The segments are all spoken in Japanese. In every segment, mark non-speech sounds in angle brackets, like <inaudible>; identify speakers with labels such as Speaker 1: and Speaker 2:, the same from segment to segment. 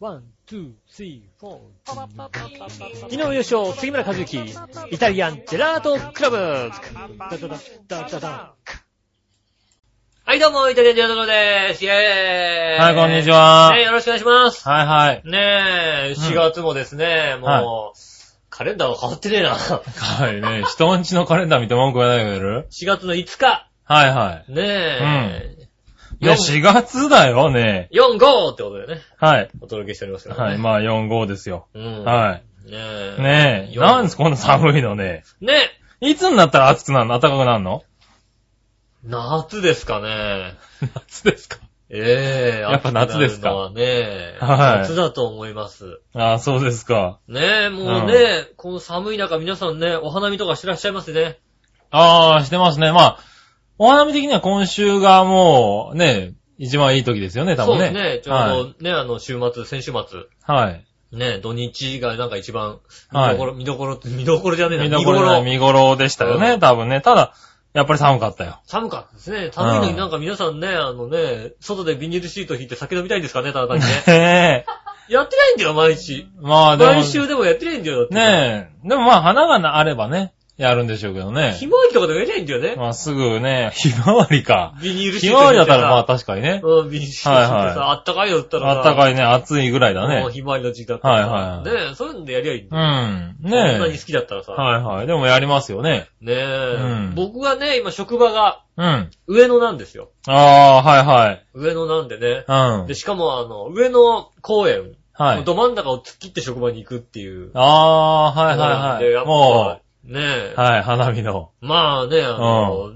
Speaker 1: ワン、ツー、スリー、フォ
Speaker 2: 昨
Speaker 1: ー。昨日優勝、杉村和之、イタリアンジェラートクラブ。ダダダダダダ
Speaker 2: はい、どうも、イタリアンジェラートクラブです。イェーイ。
Speaker 3: はい、こんにち
Speaker 2: は。
Speaker 3: は。
Speaker 2: ね、よろしくお願いします。
Speaker 3: はいはい。
Speaker 2: ねえ、
Speaker 3: ん
Speaker 2: 4月もですね、
Speaker 3: は
Speaker 2: もう、カレンダーが変わってねえな。4
Speaker 3: はいね。人んちのカレンダー見て文句言わないでくれる
Speaker 2: 月の5日。
Speaker 3: はいは
Speaker 2: ねえ。
Speaker 3: い。いや、
Speaker 2: 四
Speaker 3: 4月だよね。
Speaker 2: 4、5ってことでね、
Speaker 3: はい。
Speaker 2: お届けしておりますからね。
Speaker 3: はい。まあ、4、5ですよ。
Speaker 2: うん。
Speaker 3: は
Speaker 2: ね
Speaker 3: い。
Speaker 2: え。
Speaker 3: ねえ。
Speaker 2: よ
Speaker 3: なんですこんな寒いのね。
Speaker 2: ねえ。
Speaker 3: いつになったら暑くなるの暖かくなるの
Speaker 2: 夏ですかね。
Speaker 3: <laughs> 夏ですか
Speaker 2: ええ
Speaker 3: やっぱ夏です
Speaker 2: 暑くな
Speaker 3: か
Speaker 2: るのはね、
Speaker 3: はい
Speaker 2: 夏だと思います。
Speaker 3: ああ、そうですか。
Speaker 2: ねえ、もうね、この寒い中皆さんね、お花見とかしてらっしゃいますね。
Speaker 3: ああ、してますね。まあ、お花見的には今週がもう、ね、一番いい時ですよね、多
Speaker 2: そう
Speaker 3: 分
Speaker 2: です
Speaker 3: ね。
Speaker 2: ね。ちょ
Speaker 3: は
Speaker 2: うどね、あの、週末、先週末。
Speaker 3: い。はい。
Speaker 2: ね、土日がなんか一番、見
Speaker 3: はい
Speaker 2: どころ、見どころ、見どころじゃねえな、
Speaker 3: 見
Speaker 2: 見
Speaker 3: ど
Speaker 2: ど
Speaker 3: こ
Speaker 2: こ
Speaker 3: ろ、
Speaker 2: ろ。
Speaker 3: 見頃でしたよ
Speaker 2: う
Speaker 3: ね、
Speaker 2: ん
Speaker 3: 多分ね。ただ、やっぱり寒かったよ。
Speaker 2: 寒かったですね。寒いの
Speaker 3: う
Speaker 2: に
Speaker 3: ん
Speaker 2: なんか皆さんね、あのね、外でビニールシート引いて酒飲みたいんですかね、ただ単にね。
Speaker 3: <laughs> ねえ。
Speaker 2: やってないんだよ、毎日。
Speaker 3: まあでも。
Speaker 2: 毎週でもやってないんだよ、だって。
Speaker 3: ねえ。でもまあ、花がなあればね、やるんでしょうけどね。
Speaker 2: ひまわりとかでもやりゃいいんだよね。
Speaker 3: まあ、すぐね、ひまわり
Speaker 2: <laughs>
Speaker 3: か。
Speaker 2: ビニールシー
Speaker 3: ひ
Speaker 2: ト
Speaker 3: まわりだったらま
Speaker 2: ま
Speaker 3: あ、確かにね。
Speaker 2: うん、ビニールシート敷いて
Speaker 3: はいはい
Speaker 2: さ、あったかいのだったら
Speaker 3: あった
Speaker 2: い
Speaker 3: かいね、暑いぐらいだね
Speaker 2: もう。ひまわりの時期だったらさ。
Speaker 3: はいは
Speaker 2: ねえ、そういうのでやりゃいいん
Speaker 3: う
Speaker 2: だよ。
Speaker 3: ん。
Speaker 2: そんなに
Speaker 3: ね
Speaker 2: 好きだったらさ。
Speaker 3: え。はいはい。でもやりますよね。
Speaker 2: ねえ、
Speaker 3: うん
Speaker 2: 僕はね、今職場が
Speaker 3: うん。
Speaker 2: 上野なんですよ。
Speaker 3: ああ
Speaker 2: 上野なんでね。
Speaker 3: ー、はいはい。う
Speaker 2: で、
Speaker 3: ん。
Speaker 2: しかもあの、上野公園、
Speaker 3: はい。
Speaker 2: ど真ん中を突っ切って職場に行くっていう。
Speaker 3: ああー、はい
Speaker 2: なん
Speaker 3: はい
Speaker 2: で
Speaker 3: は
Speaker 2: や
Speaker 3: い。
Speaker 2: っぱ
Speaker 3: も
Speaker 2: ねえ、
Speaker 3: う、はい、花見の。
Speaker 2: まあね、あの、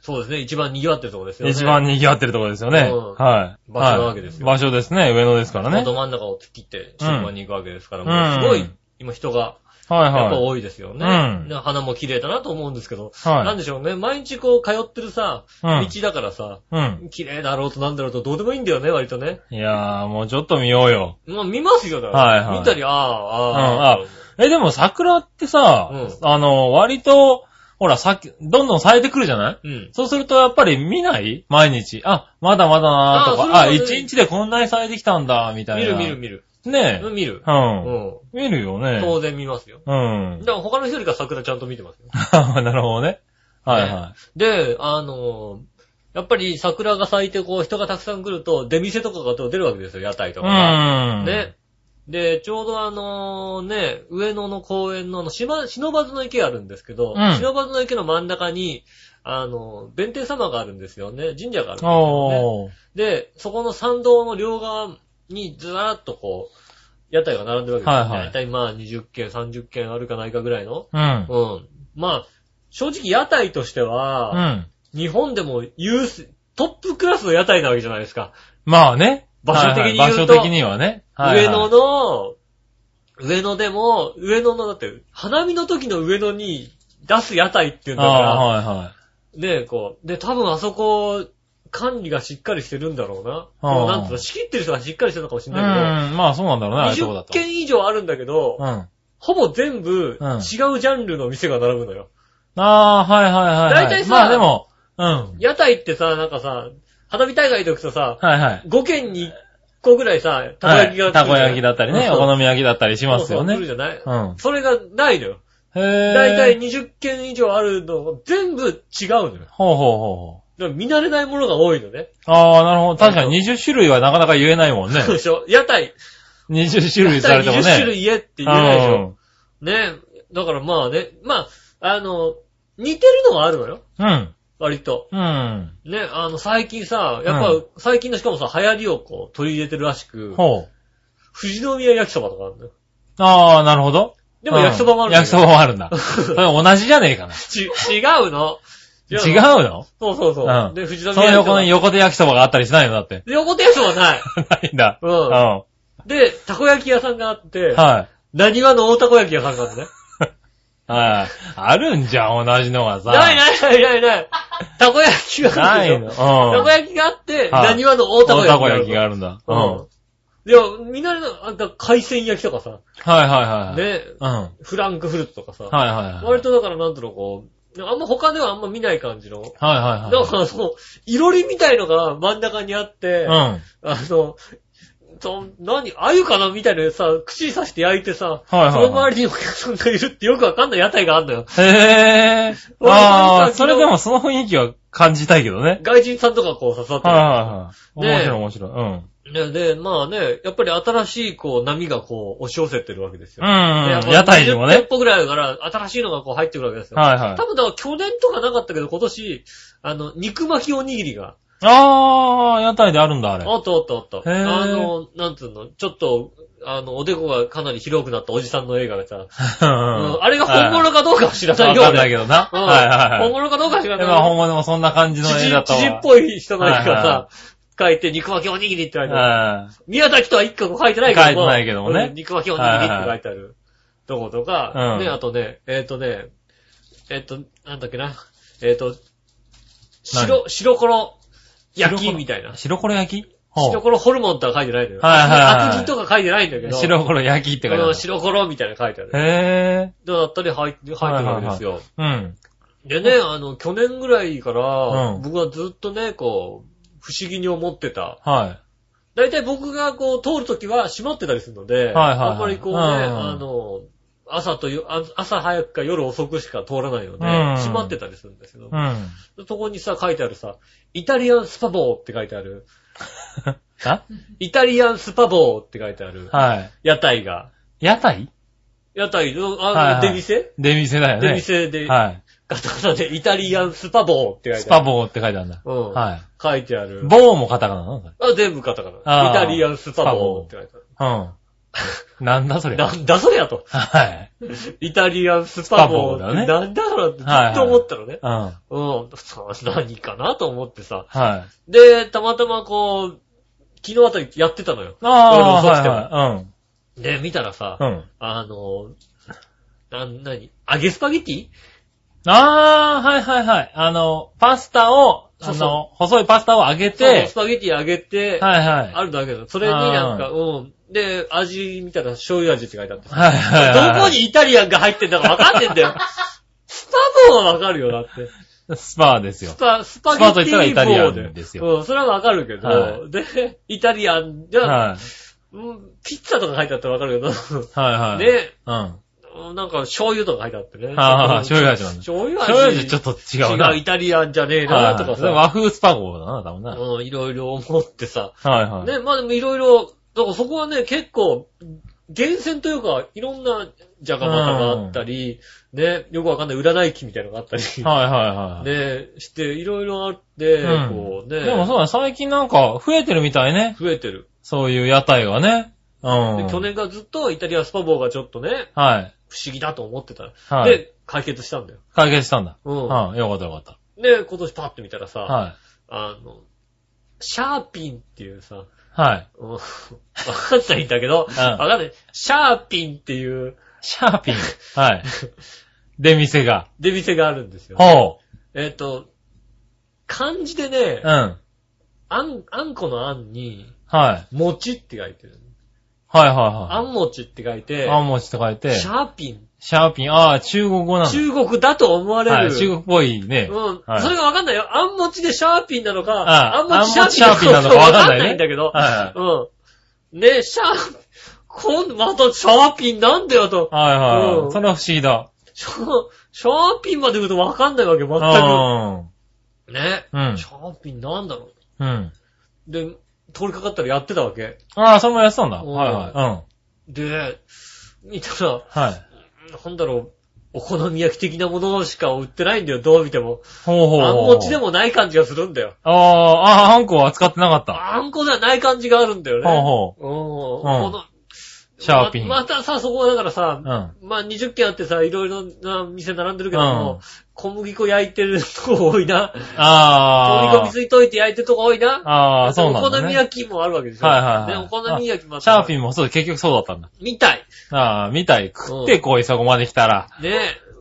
Speaker 2: そうですね、一番賑わってるところですよね。
Speaker 3: 一番
Speaker 2: に。
Speaker 3: 賑わってるところですよね。
Speaker 2: うん
Speaker 3: はい。
Speaker 2: 場所なわけですよ
Speaker 3: はい場所ですね、上野ですからね。
Speaker 2: ど真ん中を突っ切って職場に行くわけですから、
Speaker 3: うん
Speaker 2: もうすご
Speaker 3: う
Speaker 2: い
Speaker 3: ん、
Speaker 2: 今人が
Speaker 3: はい
Speaker 2: やっぱ
Speaker 3: はい。
Speaker 2: 多いですよね。
Speaker 3: うん
Speaker 2: ね花も綺麗だなと思うんですけど、
Speaker 3: はい
Speaker 2: なんでしょうね、毎日こう通ってるさ、
Speaker 3: うん
Speaker 2: 道だからさ、
Speaker 3: うん。
Speaker 2: 綺麗だろうとなんだろうとどうでもいいんだよね、割とね。
Speaker 3: いやー、もうちょっと見ようよ。
Speaker 2: まあ見ますよ、だから。
Speaker 3: はいはい
Speaker 2: 見たり、ああ、ああ。
Speaker 3: うんえ、でも桜ってさ、
Speaker 2: うん
Speaker 3: あの、割と、ほら、さっき、どんどん咲いてくるじゃな
Speaker 2: う
Speaker 3: い
Speaker 2: ん。
Speaker 3: そうすると、やっぱり見ない毎日。あ、まだまだなーとか、
Speaker 2: あ
Speaker 3: あ、
Speaker 2: それは
Speaker 3: 一日でこんなに咲いてきたんだ、みた
Speaker 2: 見
Speaker 3: いな。
Speaker 2: る見る見る。
Speaker 3: る。ね
Speaker 2: うん見る。
Speaker 3: え。
Speaker 2: う
Speaker 3: うん。
Speaker 2: ん。
Speaker 3: 見るよね。
Speaker 2: 当然見ますよ。
Speaker 3: うん <laughs>
Speaker 2: だ。から他の人よりか桜ちゃんと見てますよ。
Speaker 3: なるほどね。はいは
Speaker 2: で、あのー、やっぱり桜が咲いてこう人がたくさん来ると出店とかが出るわけですよ、屋台とかが。
Speaker 3: い。うん。
Speaker 2: ね。で、ちょうどあのね、上野の公園のあの、しま、忍ばずの池があるんですけど、
Speaker 3: うん
Speaker 2: 忍ばずの池の真ん中に、あの、弁天様があるんですよね。神社があるんですよ、ね。
Speaker 3: おー。
Speaker 2: で、そこの参道の両側にずらっとこう、屋台が並んでるわけですよ、
Speaker 3: はいはい
Speaker 2: 大体まあ20軒、30軒あるかないかぐらいの。
Speaker 3: うん。
Speaker 2: うん。まあ、正直屋台として
Speaker 3: う
Speaker 2: は、
Speaker 3: ん。
Speaker 2: 日本でも有数、トップクラスの屋台なわけじゃないですか。
Speaker 3: まあね。
Speaker 2: 場所的に言うと
Speaker 3: はいはい場所的にはね。はいはい
Speaker 2: 上野の、上野でも、上野の、だって、花見の時の上野に出す屋台っていうんだか
Speaker 3: あーはい
Speaker 2: ら、
Speaker 3: はい。
Speaker 2: ねえ、こう。で、多分あそこ、管理がしっかりしてるんだろうな。
Speaker 3: あー
Speaker 2: もうなんつうの、仕切ってる人がしっかりしてるのかもし
Speaker 3: う
Speaker 2: れ
Speaker 3: ん。
Speaker 2: ない
Speaker 3: まあそうなんだろ
Speaker 2: け
Speaker 3: うな、
Speaker 2: ど、
Speaker 3: ああいうとこだ
Speaker 2: 20
Speaker 3: と。
Speaker 2: 軒以上あるんだけど
Speaker 3: う、ん。
Speaker 2: ほぼ全部違うジ
Speaker 3: うん
Speaker 2: ャンルの店が並ぶのよ。
Speaker 3: ああ、はいはいはいはい。
Speaker 2: 大体さ
Speaker 3: まあでも、うん。
Speaker 2: 屋台ってさ、なんかさ、花火大会の時とさ、
Speaker 3: はいはい。
Speaker 2: 5軒に1個ぐらいさ、たこ
Speaker 3: はい
Speaker 2: 焼きが来るじゃない、
Speaker 3: たこ焼きだったりね、
Speaker 2: そ
Speaker 3: お
Speaker 2: うそう
Speaker 3: 好み焼きだったりしますよね。
Speaker 2: そううそう来るじゃない
Speaker 3: ん。
Speaker 2: それがないのよ。
Speaker 3: へえ。
Speaker 2: だいたい。20件以上あるのが全部違うのよ。だか
Speaker 3: ほうほうほ
Speaker 2: ら見慣れないものが多いのね。
Speaker 3: うほう。ああ、なるほど。確かに20種類はなかなか言えないもんね。
Speaker 2: そうでしょ屋台。
Speaker 3: 20種類
Speaker 2: 屋
Speaker 3: さ
Speaker 2: 台
Speaker 3: れてもね。
Speaker 2: 20種類言えって言えないでしょ。
Speaker 3: う
Speaker 2: ね。だからまあね、まあ、あの、似てるのはあるのよ。
Speaker 3: ん。
Speaker 2: 割と。
Speaker 3: うん。
Speaker 2: ね、あの、最近さ、や
Speaker 3: う
Speaker 2: っぱ、最近のしかもさ、流行りをこう、取り入れてるらし
Speaker 3: うん。
Speaker 2: く、
Speaker 3: ほう。
Speaker 2: 富士宮焼きそばとかあるのよ。
Speaker 3: ああ、なるほど。
Speaker 2: でも焼きそばもあるん
Speaker 3: う
Speaker 2: だ
Speaker 3: ん焼
Speaker 2: け
Speaker 3: き
Speaker 2: ど
Speaker 3: そばもあ
Speaker 2: <laughs>
Speaker 3: るんだ。それ同じじゃねえかな。
Speaker 2: ち、違うの。
Speaker 3: 違
Speaker 2: の
Speaker 3: うの
Speaker 2: そうそうそう
Speaker 3: う。ん
Speaker 2: で、藤田
Speaker 3: その横の横手焼きそばがあったりしないのだって。 <laughs>
Speaker 2: 横手焼きそばない。
Speaker 3: ないんだ。
Speaker 2: う。
Speaker 3: うん <laughs> ん。
Speaker 2: で、たこ焼き屋さんがあって、
Speaker 3: はい。
Speaker 2: 何わの大たこ焼き屋さんがあってね。
Speaker 3: はい。あるんじゃん、同じのがさ。
Speaker 2: ないないないないない。たこ焼きがあ
Speaker 3: な
Speaker 2: るで <laughs>
Speaker 3: い
Speaker 2: し
Speaker 3: の。
Speaker 2: ょ
Speaker 3: うん。
Speaker 2: たこ焼きがあって、
Speaker 3: はい
Speaker 2: 何わの大たこ焼き
Speaker 3: 大たこ焼きが
Speaker 2: あ
Speaker 3: あ
Speaker 2: る。
Speaker 3: るんだ。
Speaker 2: う
Speaker 3: うん。
Speaker 2: ん
Speaker 3: は。
Speaker 2: でも、みんなの、なんか海鮮焼きとかさ、
Speaker 3: いはいはい。
Speaker 2: ね、
Speaker 3: うん。はい
Speaker 2: フランクフルトとかさ、
Speaker 3: はいはい。
Speaker 2: 割。とだからなんとなくこう、あんま他ではあんま見ない感じの。
Speaker 3: はいはい
Speaker 2: だ
Speaker 3: はい。
Speaker 2: からその、いろりみたいのが真ん中にあって、
Speaker 3: うん。
Speaker 2: あの、そ何、鮎かなみたいなさ、串刺して焼いてさ、
Speaker 3: はいはいはい
Speaker 2: その周りにお客さんがいるってよくわかんない屋台があんのよ。
Speaker 3: へぇー。
Speaker 2: 俺
Speaker 3: あ
Speaker 2: なん
Speaker 3: あ、
Speaker 2: か
Speaker 3: それでもその雰囲気は感じたいけどね。
Speaker 2: 外人さんとかこう刺さって
Speaker 3: はい
Speaker 2: る。
Speaker 3: はいはい。面
Speaker 2: ねえ
Speaker 3: 白い面白い。うん。
Speaker 2: ねで、まあね、やっぱり新しいこう波がこう押し寄せてるわけですよ。
Speaker 3: うん
Speaker 2: で
Speaker 3: うん。屋台に
Speaker 2: 20
Speaker 3: もね
Speaker 2: 店。舗ぐらいから新しいのがこう入ってくるわけですよ。
Speaker 3: はいはい
Speaker 2: 多。分だから去年とかなかったけど今年、あの、肉巻きおにぎりが、
Speaker 3: ああ、屋台であるんだ、あれ。
Speaker 2: あったあったあった。
Speaker 3: へー
Speaker 2: あの、なんつうの、ちょっと、あの、おでこがかなり広くなったおじさんの映画がさ、うんあれが本物かどうかは知らない
Speaker 3: わ
Speaker 2: よ、
Speaker 3: かんない
Speaker 2: 俺
Speaker 3: けどな。
Speaker 2: うん
Speaker 3: はいはいはい
Speaker 2: 本。物かどうかは知ら
Speaker 3: でまあ
Speaker 2: ない。
Speaker 3: 本物もそんな感じの
Speaker 2: 知
Speaker 3: 絵
Speaker 2: 人
Speaker 3: だと
Speaker 2: 知人
Speaker 3: は。
Speaker 2: っぽい人の絵が
Speaker 3: はいは
Speaker 2: さ、書いて肉巻きおにぎりって書いてある。
Speaker 3: は
Speaker 2: 宮崎とは一個も書いてないけども。
Speaker 3: 書いてないけどもね
Speaker 2: うん肉巻きおにぎりって書いてある。とことか、
Speaker 3: うん
Speaker 2: ね、あとね、えっ、とね、えっ、と、なんだっけな、えっ、と、白、白コロ焼きみたいな。
Speaker 3: い。白ころ焼きほう
Speaker 2: 白コロホルモンとは書いてないんだよ。
Speaker 3: はいはいはい
Speaker 2: 厚木とか書いてないんだけど。
Speaker 3: 白ころ焼きって書いてあ
Speaker 2: う
Speaker 3: る
Speaker 2: ん。白コロみたいなの書いてある。
Speaker 3: へ
Speaker 2: だったり入って、入ってるわけですよ。
Speaker 3: ぇー。うん。
Speaker 2: でね、あの、去年ぐらいから、
Speaker 3: うん
Speaker 2: 僕はずっとね、こう、不思議に思ってた。
Speaker 3: は
Speaker 2: だいたい僕がこう、通るときは閉まってたりするので、
Speaker 3: いはいはい
Speaker 2: あんまりこうね、
Speaker 3: うん
Speaker 2: あの、朝とよあ朝早くか夜遅くしか通らないので、
Speaker 3: うん
Speaker 2: 閉まってたりするんですけど
Speaker 3: い。う、ん。
Speaker 2: そこにさ、書いてあるさ、イタリアンスパボーって書いてある、
Speaker 3: あ
Speaker 2: イタリアンスパボーって書いてある、
Speaker 3: はい。
Speaker 2: 屋台が、
Speaker 3: 屋台
Speaker 2: 屋台の、
Speaker 3: はい
Speaker 2: あ
Speaker 3: は
Speaker 2: の、
Speaker 3: い
Speaker 2: 出店
Speaker 3: 出店だよ
Speaker 2: 出
Speaker 3: ね。
Speaker 2: 店で、ガ
Speaker 3: は
Speaker 2: タガタでイタリアンスパボーって書いてあ
Speaker 3: い。
Speaker 2: る。
Speaker 3: スパボーって書いてあるんだ。
Speaker 2: うん。
Speaker 3: は
Speaker 2: 書いてある
Speaker 3: い。。ボーもカタカナなの
Speaker 2: あ、全部カタカナ。
Speaker 3: あ
Speaker 2: イ
Speaker 3: ー
Speaker 2: タリアンスパボーって書いて
Speaker 3: うん。なんだそ
Speaker 2: ある。
Speaker 3: れ。
Speaker 2: なんだそりゃと。
Speaker 3: はい。
Speaker 2: イタリアンスパボー
Speaker 3: スパボーだね
Speaker 2: なんだろうってず
Speaker 3: はいは
Speaker 2: っ
Speaker 3: い
Speaker 2: と思ったのね。
Speaker 3: うん。は
Speaker 2: うん。そう何かなと思ってさ。
Speaker 3: い。
Speaker 2: で、たまたまこう、昨日あたりやってたのよ。
Speaker 3: ああ、
Speaker 2: 俺の卒
Speaker 3: はい
Speaker 2: で、見たらさ、
Speaker 3: はい。うん。うん。
Speaker 2: あの、なん、なに、揚げスパゲティ
Speaker 3: ああ、はいはいはい。あの、パスタを、
Speaker 2: そう
Speaker 3: あ
Speaker 2: そう
Speaker 3: の、細いパスタを揚げ
Speaker 2: そう
Speaker 3: て
Speaker 2: ス、パゲティ揚げて、
Speaker 3: はいはい。
Speaker 2: あるだけど、それになんか、うん。で、味見たら醤油味って書いてあってさ
Speaker 3: はいはいはい。
Speaker 2: どこにイタリアンが入ってんだかわかんねえんだ
Speaker 3: <laughs>
Speaker 2: よ。スパ棒はわかるよ、だって。
Speaker 3: スパですよ
Speaker 2: ス。パ、スパ
Speaker 3: スパと
Speaker 2: ゲ
Speaker 3: 言ったら
Speaker 2: ティ
Speaker 3: イタリア
Speaker 2: 棒
Speaker 3: ン
Speaker 2: で。
Speaker 3: ですよ
Speaker 2: うん、それはわかるけど、
Speaker 3: は
Speaker 2: で、イタリアンじゃ、
Speaker 3: はい。
Speaker 2: うん、ピッツァとか書いてあったらわかるけど、
Speaker 3: はいはい。
Speaker 2: で、
Speaker 3: うん。は
Speaker 2: なんか醤油とか書いてあってね。
Speaker 3: いはいはい。醤油味なんだ。
Speaker 2: 醤油味。
Speaker 3: 醤油味ちょっと違うな。
Speaker 2: 違う、イタリアンじゃねえ
Speaker 3: はい
Speaker 2: な、
Speaker 3: はい
Speaker 2: とか
Speaker 3: それ
Speaker 2: さ、
Speaker 3: 和風スパゴだな、多分な。
Speaker 2: うん、いろいろ思ってさ。
Speaker 3: はいはい。
Speaker 2: ね、まあでもいろいろ、だからそこはね、結構、厳選というか、いろんなじゃがまたがあったり、ね、よくわかんない占い機みたいなのがあったり、
Speaker 3: はいはいはい。
Speaker 2: ね、して、いろいろあって、
Speaker 3: うん
Speaker 2: こうね、
Speaker 3: でもそうだね、最近なんか増えてるみたいね。
Speaker 2: 増えてる、
Speaker 3: そういう屋台がね。う
Speaker 2: で
Speaker 3: ん。
Speaker 2: 去。年からずっとイタリアンスパボーがちょっとね、
Speaker 3: はい。
Speaker 2: 不思議だと思ってた。
Speaker 3: はい。
Speaker 2: で、解決したんだよ。
Speaker 3: 解決したんだ。
Speaker 2: うん。
Speaker 3: うん。よかったよかっ
Speaker 2: で、今年パッと見たらさ、
Speaker 3: た。はい。
Speaker 2: あの、シャーピンっていうさ、
Speaker 3: はい。
Speaker 2: うん <laughs> わかんないんだけど、わ
Speaker 3: ん
Speaker 2: かんない。シャーピンっていう
Speaker 3: シャーピン。
Speaker 2: <laughs>
Speaker 3: はい。で、店が。
Speaker 2: 出店があるんですよ。
Speaker 3: ほ
Speaker 2: えっ、と、漢字でね
Speaker 3: う。う、ん。
Speaker 2: あん、あんこのあんに、
Speaker 3: はい。
Speaker 2: 餅って書いてる。
Speaker 3: はいはい
Speaker 2: あ
Speaker 3: は
Speaker 2: ん餅って書いて
Speaker 3: い。、あんもちと書いて。
Speaker 2: シャーピン。
Speaker 3: シャーピン。ああ、中国語なんだ。
Speaker 2: 中国だと思われる。
Speaker 3: はい。中国っぽいね。
Speaker 2: うん、
Speaker 3: はい
Speaker 2: それがわかんないよ。あん餅でシャーピンなのか、
Speaker 3: あ
Speaker 2: あん
Speaker 3: あ
Speaker 2: 餅シャーピンなのか
Speaker 3: あ
Speaker 2: わ
Speaker 3: ん餅シャーピンなのか
Speaker 2: かんないんだけど、
Speaker 3: はいはい。
Speaker 2: うん。ね、シャー、こん、またシャーピンなんだよと。
Speaker 3: はいはいは
Speaker 2: うん
Speaker 3: い。それは不思議だ。
Speaker 2: シャーシャーピンまで言うとわかんないわけ、全
Speaker 3: うん。
Speaker 2: く。ね、
Speaker 3: うん
Speaker 2: シャーピンなんだろ
Speaker 3: うん。
Speaker 2: う。で、通りかかったらやってたわけ。
Speaker 3: ああ、それもやってたんだ。
Speaker 2: うん
Speaker 3: はいはい。うん。
Speaker 2: で、見たら、
Speaker 3: はい。
Speaker 2: なんだろう、お好み焼き的なものしか売ってないんだよ、どう見ても。
Speaker 3: ほうほうほう。
Speaker 2: あんこちで。もない感じがするんだよ。
Speaker 3: ああ、ああ、あんこは扱ってなかった。
Speaker 2: あんこじゃない感じがあるんだよね。
Speaker 3: ほうほ
Speaker 2: うん
Speaker 3: うん
Speaker 2: この
Speaker 3: シャーピン
Speaker 2: ままたさ、そこはだからさ
Speaker 3: う。、うん。
Speaker 2: まあ20軒あってさ、いろいろな店並んでるけども、
Speaker 3: うん
Speaker 2: 小麦粉焼いてるとこ多いな。小麦粉
Speaker 3: あ
Speaker 2: 水溶いて焼いてるとこ多いな。
Speaker 3: あ。ああ、そうなん
Speaker 2: お
Speaker 3: だ、
Speaker 2: 好み
Speaker 3: ね。
Speaker 2: 焼きもあるわけでしょ。
Speaker 3: はいはいはい
Speaker 2: でお好み焼きもあ
Speaker 3: シャーピ
Speaker 2: ン。
Speaker 3: ンもそう、結局そうだったんだ。
Speaker 2: みたい。
Speaker 3: ああ、みたい。食ってこい、そこまで来たら。
Speaker 2: ね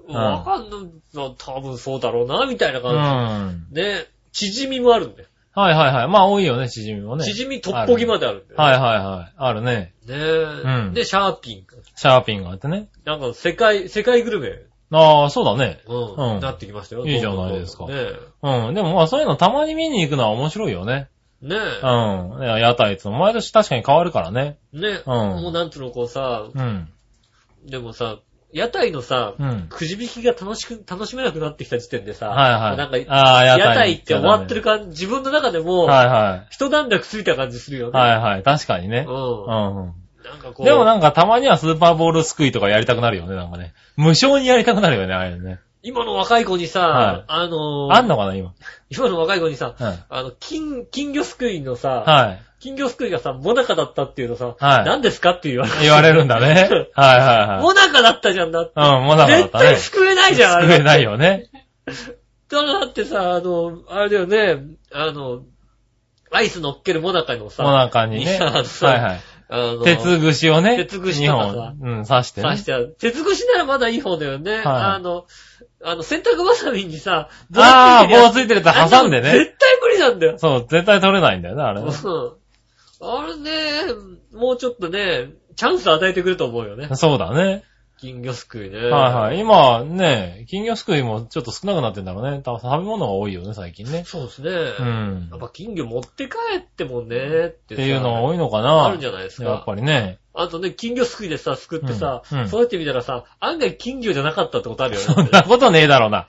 Speaker 2: え。
Speaker 3: ん
Speaker 2: わかんない。多分そうだろうな、みたいな
Speaker 3: うん。
Speaker 2: 感じ。
Speaker 3: はい
Speaker 2: ね、縮みもあるんだよ。
Speaker 3: はいはい。まあ多いよね、しじみもね。
Speaker 2: 縮み、トッポギまであるんだよ。
Speaker 3: はいはいはい。あるね。
Speaker 2: ね
Speaker 3: うん
Speaker 2: で、シャーピン。
Speaker 3: シャーピンがあってね。
Speaker 2: なんか、世界、世界グルメ、
Speaker 3: ああ、そうだね。
Speaker 2: うん、
Speaker 3: うん
Speaker 2: なってきましたよ。
Speaker 3: いいじゃ
Speaker 2: どんどん
Speaker 3: ないですか
Speaker 2: ねえ
Speaker 3: うん。でもまあそういうのたまに見に行くのは面白いよね。
Speaker 2: ねえ。
Speaker 3: うん。ね屋台って毎年確かに変わるからね。
Speaker 2: ねえ。
Speaker 3: うん
Speaker 2: もうなんつうのこうさ、
Speaker 3: うん。
Speaker 2: でもさ、屋台のさ、
Speaker 3: うん。
Speaker 2: くじ引きが楽しく、楽しめなくなってきた時点でさ、
Speaker 3: はいはい。
Speaker 2: なんか、
Speaker 3: ああ、
Speaker 2: 屋
Speaker 3: 屋台。
Speaker 2: 台って終わってる感じ、自分の中でも、
Speaker 3: はいは
Speaker 2: 一段落ついた感じするよ
Speaker 3: い。
Speaker 2: ね。
Speaker 3: はいはい。確かにね。う。
Speaker 2: うんん。なんかこう。
Speaker 3: でもなんかたまにはスーパーボールすくいとかやりたくなるよね、なんかね。無償にやりたくなるよね、あれね。
Speaker 2: 今の若い子にさ、
Speaker 3: はい
Speaker 2: あのー
Speaker 3: あんのかな、今。
Speaker 2: 今の若い子にさ、
Speaker 3: はい
Speaker 2: あの、金、金魚すくいのさ、
Speaker 3: はい。
Speaker 2: 金魚すくいがさ、モナカだったっていうのさ、
Speaker 3: はい
Speaker 2: 何ですかって言われる。
Speaker 3: 言われるんだ
Speaker 2: <laughs>
Speaker 3: ね。はいはいはい。
Speaker 2: モナカだったじゃんだって。
Speaker 3: うん、モナカだっ
Speaker 2: 絶
Speaker 3: たね。
Speaker 2: 対すくえないじゃん、あれ
Speaker 3: 作れない。よね。
Speaker 2: だからだってさ、あの、あれだよね、あの、アイス乗っけるモナカのさ、
Speaker 3: モナカにね。
Speaker 2: いやあ
Speaker 3: は
Speaker 2: の
Speaker 3: い
Speaker 2: さ
Speaker 3: はい。
Speaker 2: あの、
Speaker 3: 鉄串をね。
Speaker 2: 鉄串
Speaker 3: 2
Speaker 2: とかさ
Speaker 3: 本、うん、刺してね
Speaker 2: 刺。してある。鉄串ならまだいい方だよね。あの、あの、洗濯バサミにさ、
Speaker 3: ああ、棒
Speaker 2: つい
Speaker 3: ついてる
Speaker 2: て
Speaker 3: やつ挟んで
Speaker 2: あれも
Speaker 3: ね。
Speaker 2: 絶対無理なんだよ。
Speaker 3: そう、絶対取れないんだよね、あれ
Speaker 2: う
Speaker 3: ね。
Speaker 2: んあれね、もうちょっとね、チャンス与えてくると思うよね。
Speaker 3: そうだね。
Speaker 2: 金魚すくいね。
Speaker 3: はいはい。
Speaker 2: い。
Speaker 3: 今ね、金魚すくいもちょっと少なくなってんだろうね。多分食べ物が多いよね、最近ね。
Speaker 2: そうですね。
Speaker 3: うん
Speaker 2: やっ。ぱ金魚持って帰ってもね、って
Speaker 3: っていうのが多
Speaker 2: い
Speaker 3: いのか
Speaker 2: あ
Speaker 3: な。
Speaker 2: るんじゃないです
Speaker 3: やっ
Speaker 2: か。
Speaker 3: ぱりね。
Speaker 2: あとね、金魚すくいでさ、すくってさ、
Speaker 3: うんうん
Speaker 2: そうやってみたらさ、案外金魚じゃなかったってことあるよ
Speaker 3: そん
Speaker 2: ね。
Speaker 3: なことねえだろうな。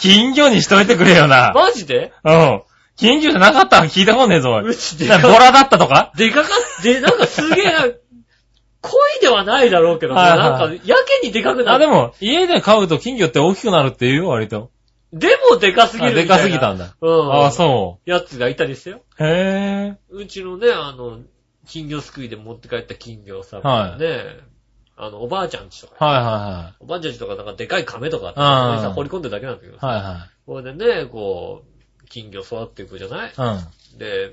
Speaker 3: 金魚にしといてくれよ
Speaker 2: <laughs>
Speaker 3: な。
Speaker 2: マジで
Speaker 3: うん。金魚じゃなかったの聞いたことねえぞ、おい。
Speaker 2: うちで
Speaker 3: なボラだったとか
Speaker 2: でかかっ、で、なんかすげえな、恋ではないだろうけどね、
Speaker 3: はいはい
Speaker 2: なんか、やけにでかくな
Speaker 3: あ、
Speaker 2: る。
Speaker 3: でも、家で飼うと金魚って大きくなるっていうよ、割と。
Speaker 2: でもでかすぎ
Speaker 3: あ、
Speaker 2: る
Speaker 3: で
Speaker 2: みたいな。
Speaker 3: かすぎたんだ。
Speaker 2: うん。
Speaker 3: あ、そう
Speaker 2: やつがいたりしてよ。
Speaker 3: う。へえ。
Speaker 2: うちのね、あの、金魚すくいで持って帰った金魚をさ、
Speaker 3: はい
Speaker 2: ね、あの、おばあちゃんちとか、
Speaker 3: はいは
Speaker 2: おばあちゃんちとかなんかでかい亀とかあって、そ
Speaker 3: うん
Speaker 2: こにさ、放り込んでるだけなんだけど
Speaker 3: いはい。は
Speaker 2: これでね、こう、金魚育っていくじゃない
Speaker 3: いはい。
Speaker 2: で、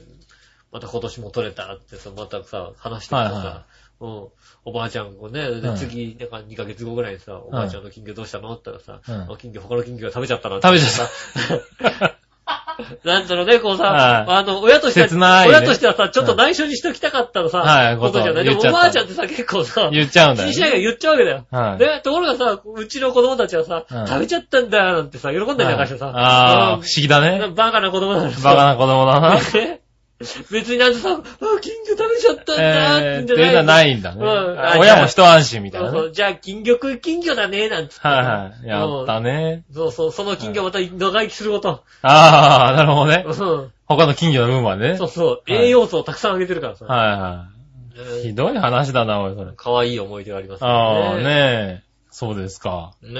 Speaker 2: また今年も取れたってさ、またさ、話してきてさ、
Speaker 3: はいは
Speaker 2: うん、おばあちゃんこね、
Speaker 3: う
Speaker 2: で
Speaker 3: ん
Speaker 2: 次、なんか2ヶ月後ぐらいにさ、おばあちゃんの金魚どうしたのって言ったらさ、
Speaker 3: うん
Speaker 2: あ金魚、他の金魚が食べちゃったな。
Speaker 3: 食べちゃった
Speaker 2: <laughs> なんだろうね、こうさ、
Speaker 3: はい
Speaker 2: あの、親として
Speaker 3: 切
Speaker 2: は、
Speaker 3: ないね
Speaker 2: 親としてはさ、ちょっと内緒にしときたかったのさ、
Speaker 3: はい
Speaker 2: ことじゃない。で
Speaker 3: 言
Speaker 2: も
Speaker 3: っちゃ
Speaker 2: お
Speaker 3: った
Speaker 2: ばあちゃんってさ、結構さ
Speaker 3: た。、言っちゃうん
Speaker 2: 気
Speaker 3: だよ
Speaker 2: にしない
Speaker 3: ね。
Speaker 2: から言っちゃうわけだよ。
Speaker 3: はい。
Speaker 2: ね、ところがさ、うちの子供たちはさ、
Speaker 3: うん
Speaker 2: 食べちゃったんだよなんてさ、喜んだりなんかしてさ、
Speaker 3: ああ、
Speaker 2: うん
Speaker 3: 不思議だね。
Speaker 2: バカな子供なのにさ
Speaker 3: バカな子供だな。
Speaker 2: ね <laughs> 別になんでさ、あ、金魚食べちゃったんだ
Speaker 3: えー、っ
Speaker 2: ん
Speaker 3: て
Speaker 2: じゃ
Speaker 3: いうのは
Speaker 2: ない。
Speaker 3: ないんだね。
Speaker 2: うんあ
Speaker 3: 親も一安心みたい
Speaker 2: そう
Speaker 3: なね。
Speaker 2: そう、じゃあ金魚食い金魚だね、なんつって。
Speaker 3: はいはい。やったね。
Speaker 2: そうそう、その金魚また野外すること。
Speaker 3: ああ、なるほどね
Speaker 2: う。ん。
Speaker 3: 他の金魚の分はね。
Speaker 2: そうそう、
Speaker 3: はい
Speaker 2: 栄養素をたくさんあげてるからさ。
Speaker 3: はいは
Speaker 2: うん
Speaker 3: い。ひどい話だな、おい、それ。
Speaker 2: 可愛い思い出があります
Speaker 3: ああ、
Speaker 2: ね。
Speaker 3: ねえ。そうですか。
Speaker 2: ねえ。
Speaker 3: う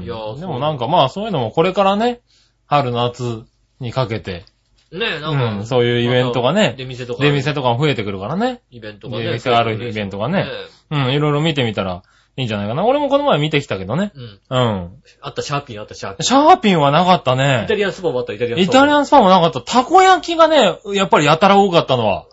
Speaker 3: ん。
Speaker 2: いや、
Speaker 3: でもなんかまあそういうのもこれからね、春夏にかけて、
Speaker 2: そう、ねえ、な
Speaker 3: うんん、
Speaker 2: か、
Speaker 3: そういうイベントがね、
Speaker 2: 出店とか。
Speaker 3: 出店とかも増えてくるからね。
Speaker 2: イベントがね。
Speaker 3: 出店があるイベントがね
Speaker 2: ね
Speaker 3: うん、いろいろ見てみたらいいんじゃないかな。俺もこの前見てきたけどね。
Speaker 2: えうん。
Speaker 3: うん。
Speaker 2: あったシャーピン、あったシャーピ
Speaker 3: シャーピンはなかった
Speaker 2: ン。イタ
Speaker 3: ね。
Speaker 2: リアンスパもあった、イタリアンス
Speaker 3: イ
Speaker 2: パ
Speaker 3: タリ
Speaker 2: ン。
Speaker 3: アンスパもなかった。たこ焼きがね、やっぱりやたら多かったのは、